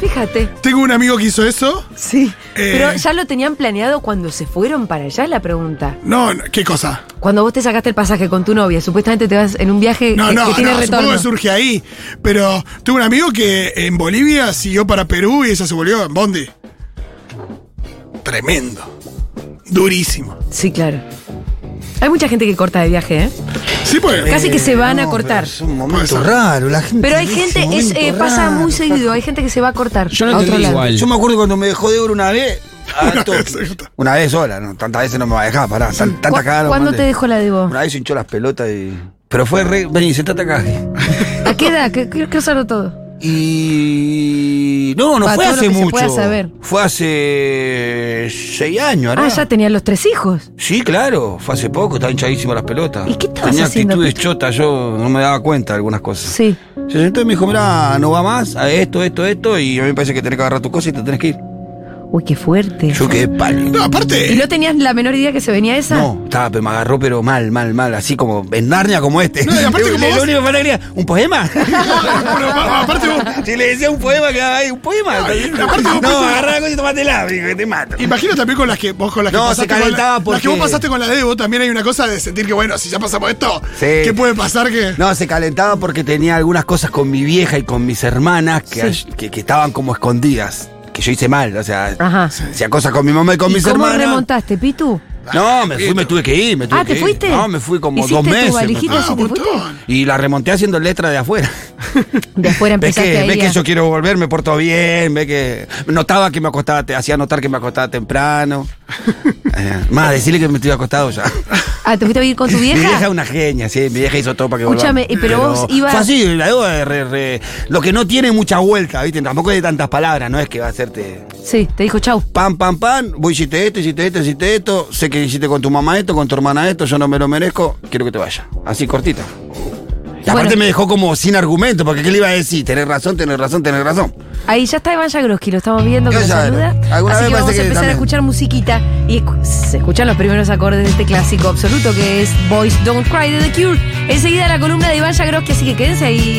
[SPEAKER 4] Fíjate.
[SPEAKER 5] Tengo un amigo que hizo eso.
[SPEAKER 4] Sí.
[SPEAKER 5] Eh,
[SPEAKER 4] Pero ya lo tenían planeado cuando se fueron para allá, es la pregunta.
[SPEAKER 5] No, no, ¿qué cosa?
[SPEAKER 4] Cuando vos te sacaste el pasaje con tu novia, supuestamente te vas en un viaje
[SPEAKER 5] No,
[SPEAKER 4] que,
[SPEAKER 5] no,
[SPEAKER 4] que tiene
[SPEAKER 5] no, supongo
[SPEAKER 4] retorno.
[SPEAKER 5] que surge ahí. Pero tuve un amigo que en Bolivia siguió para Perú y ella se volvió en Bondi. Tremendo. Durísimo.
[SPEAKER 4] Sí, claro. Hay mucha gente que corta de viaje, ¿eh?
[SPEAKER 5] Sí, pues.
[SPEAKER 4] Casi que se van a cortar.
[SPEAKER 7] Es un momento raro, la gente.
[SPEAKER 4] Pero hay
[SPEAKER 7] vive
[SPEAKER 4] gente,
[SPEAKER 7] ese
[SPEAKER 4] es,
[SPEAKER 7] momento
[SPEAKER 4] eh, pasa
[SPEAKER 7] raro.
[SPEAKER 4] muy seguido, hay gente que se va a cortar.
[SPEAKER 7] Yo no
[SPEAKER 4] a otro
[SPEAKER 7] entendí
[SPEAKER 4] lado.
[SPEAKER 7] igual. Yo me acuerdo cuando me dejó de oro una vez. Ah, esto- una vez sola, ¿no? Tantas veces no me va a dejar, pará. Tan- tanta
[SPEAKER 4] ¿Cu-
[SPEAKER 7] cagada no
[SPEAKER 4] ¿Cuándo
[SPEAKER 7] mandé.
[SPEAKER 4] te dejó la de vos?
[SPEAKER 7] Una vez hinchó las pelotas y. Pero fue re. Vení, sentate acá.
[SPEAKER 4] ¿A qué edad? ¿Qué, qué, qué usaron todo?
[SPEAKER 7] Y. No, no
[SPEAKER 4] Para
[SPEAKER 7] fue
[SPEAKER 4] todo lo
[SPEAKER 7] hace
[SPEAKER 4] que se
[SPEAKER 7] mucho.
[SPEAKER 4] pueda saber.
[SPEAKER 7] Fue hace. seis años, ¿no?
[SPEAKER 4] Ah, ya tenían los tres hijos.
[SPEAKER 7] Sí, claro, fue hace poco, estaba hinchadísimo las pelotas.
[SPEAKER 4] ¿Y qué estabas
[SPEAKER 7] Tenía
[SPEAKER 4] haciendo,
[SPEAKER 7] actitudes chotas, yo no me daba cuenta de algunas cosas.
[SPEAKER 4] Sí.
[SPEAKER 7] Se sentó y me dijo, mirá, no va más a esto, esto, esto, y a mí me parece que tenés que agarrar tu cosa y te tenés que ir.
[SPEAKER 4] Uy, qué fuerte.
[SPEAKER 7] Yo quedé pálido.
[SPEAKER 5] No,
[SPEAKER 4] ¿Y
[SPEAKER 5] [LAUGHS]
[SPEAKER 4] no tenías la menor idea que se venía esa?
[SPEAKER 7] No, estaba, pero me agarró, pero mal, mal, mal, así como en Narnia como este.
[SPEAKER 5] No, y
[SPEAKER 7] [LAUGHS]
[SPEAKER 5] aparte como
[SPEAKER 7] Lo
[SPEAKER 5] vos-
[SPEAKER 7] único que me alegría,
[SPEAKER 5] [LAUGHS]
[SPEAKER 7] ¿un poema?
[SPEAKER 5] Pero, a- aparte vos.
[SPEAKER 7] [LAUGHS] si le decía un poema, quedaba ahí, un poema.
[SPEAKER 5] y aparte vos
[SPEAKER 7] no,
[SPEAKER 5] pensás-
[SPEAKER 7] agarrá la cosa y tomátela, me dijo, que te mato.
[SPEAKER 5] Imagino también con las que vos con las
[SPEAKER 7] No,
[SPEAKER 5] que
[SPEAKER 7] se
[SPEAKER 5] pasaste con
[SPEAKER 7] calentaba
[SPEAKER 5] la- las que
[SPEAKER 7] porque-
[SPEAKER 5] vos pasaste con la Debo también hay una cosa de sentir que bueno, si ya pasamos esto,
[SPEAKER 7] Sí.
[SPEAKER 5] ¿qué puede pasar que
[SPEAKER 7] No, se calentaba porque tenía algunas cosas con mi vieja y con mis hermanas que,
[SPEAKER 5] Sí.
[SPEAKER 7] que- que estaban como escondidas. Que yo hice mal, o sea,
[SPEAKER 4] Ajá.
[SPEAKER 7] hacía cosas con mi mamá y con
[SPEAKER 4] ¿Y
[SPEAKER 7] mis
[SPEAKER 4] cómo
[SPEAKER 7] hermanas.
[SPEAKER 4] remontaste, Pitu?
[SPEAKER 7] No, me fui, me tuve que ir, me tuve
[SPEAKER 4] Ah,
[SPEAKER 7] que
[SPEAKER 4] ¿te
[SPEAKER 7] ir.
[SPEAKER 4] fuiste?
[SPEAKER 7] No, me fui como
[SPEAKER 4] ¿Hiciste
[SPEAKER 7] dos
[SPEAKER 4] tus
[SPEAKER 7] meses. me
[SPEAKER 4] valijitas
[SPEAKER 7] fui. Ah,
[SPEAKER 4] y te fuiste?
[SPEAKER 7] Y la remonté haciendo letra
[SPEAKER 5] [LAUGHS]
[SPEAKER 7] de afuera.
[SPEAKER 4] De afuera
[SPEAKER 7] ¿Ves
[SPEAKER 4] empezaste
[SPEAKER 7] que,
[SPEAKER 4] ahí
[SPEAKER 7] ves que
[SPEAKER 4] a-
[SPEAKER 7] yo quiero volver, me porto bien, ves que notaba que me acostaba, te hacía notar que me acostaba
[SPEAKER 4] [LAUGHS]
[SPEAKER 7] temprano. Eh, más, decirle que me estoy acostado ya.
[SPEAKER 4] Ah, ¿te fuiste a vivir con tu
[SPEAKER 7] [LAUGHS] Mi vieja es
[SPEAKER 4] vieja?
[SPEAKER 7] una genia, sí, mi vieja hizo todo para que
[SPEAKER 4] Escúchame,
[SPEAKER 7] volvamos.
[SPEAKER 4] y pero vos ibas-
[SPEAKER 7] Fue así, la duda es re- re- lo que no tiene mucha vuelta, ¿viste? Tampoco es de tantas palabras, no es que va a hacerte
[SPEAKER 4] Sí, te dijo chau.
[SPEAKER 7] pam, pam, pam, vos hiciste esto, hiciste esto, hiciste esto, sé que hiciste con tu mamá esto, con tu hermana esto, yo no me lo merezco, quiero que te vayas. Así cortita. Y aparte me dejó como sin argumento, porque ¿qué le iba a decir? Tenés razón, tenés razón, tenés razón.
[SPEAKER 4] Ahí ya está Iván Jagroski, lo estamos viendo que
[SPEAKER 7] Ya
[SPEAKER 4] nos
[SPEAKER 7] saben.
[SPEAKER 4] saluda.
[SPEAKER 7] Alguna
[SPEAKER 4] Así
[SPEAKER 7] vez
[SPEAKER 4] que
[SPEAKER 7] parece
[SPEAKER 4] vamos a
[SPEAKER 7] que
[SPEAKER 4] empezar a
[SPEAKER 7] también.
[SPEAKER 4] escuchar musiquita y escu- se escuchan los primeros acordes de este clásico absoluto que es Boys Don't Cry de The Cure. Enseguida la columna de Iván Jagroski, así que quédense ahí.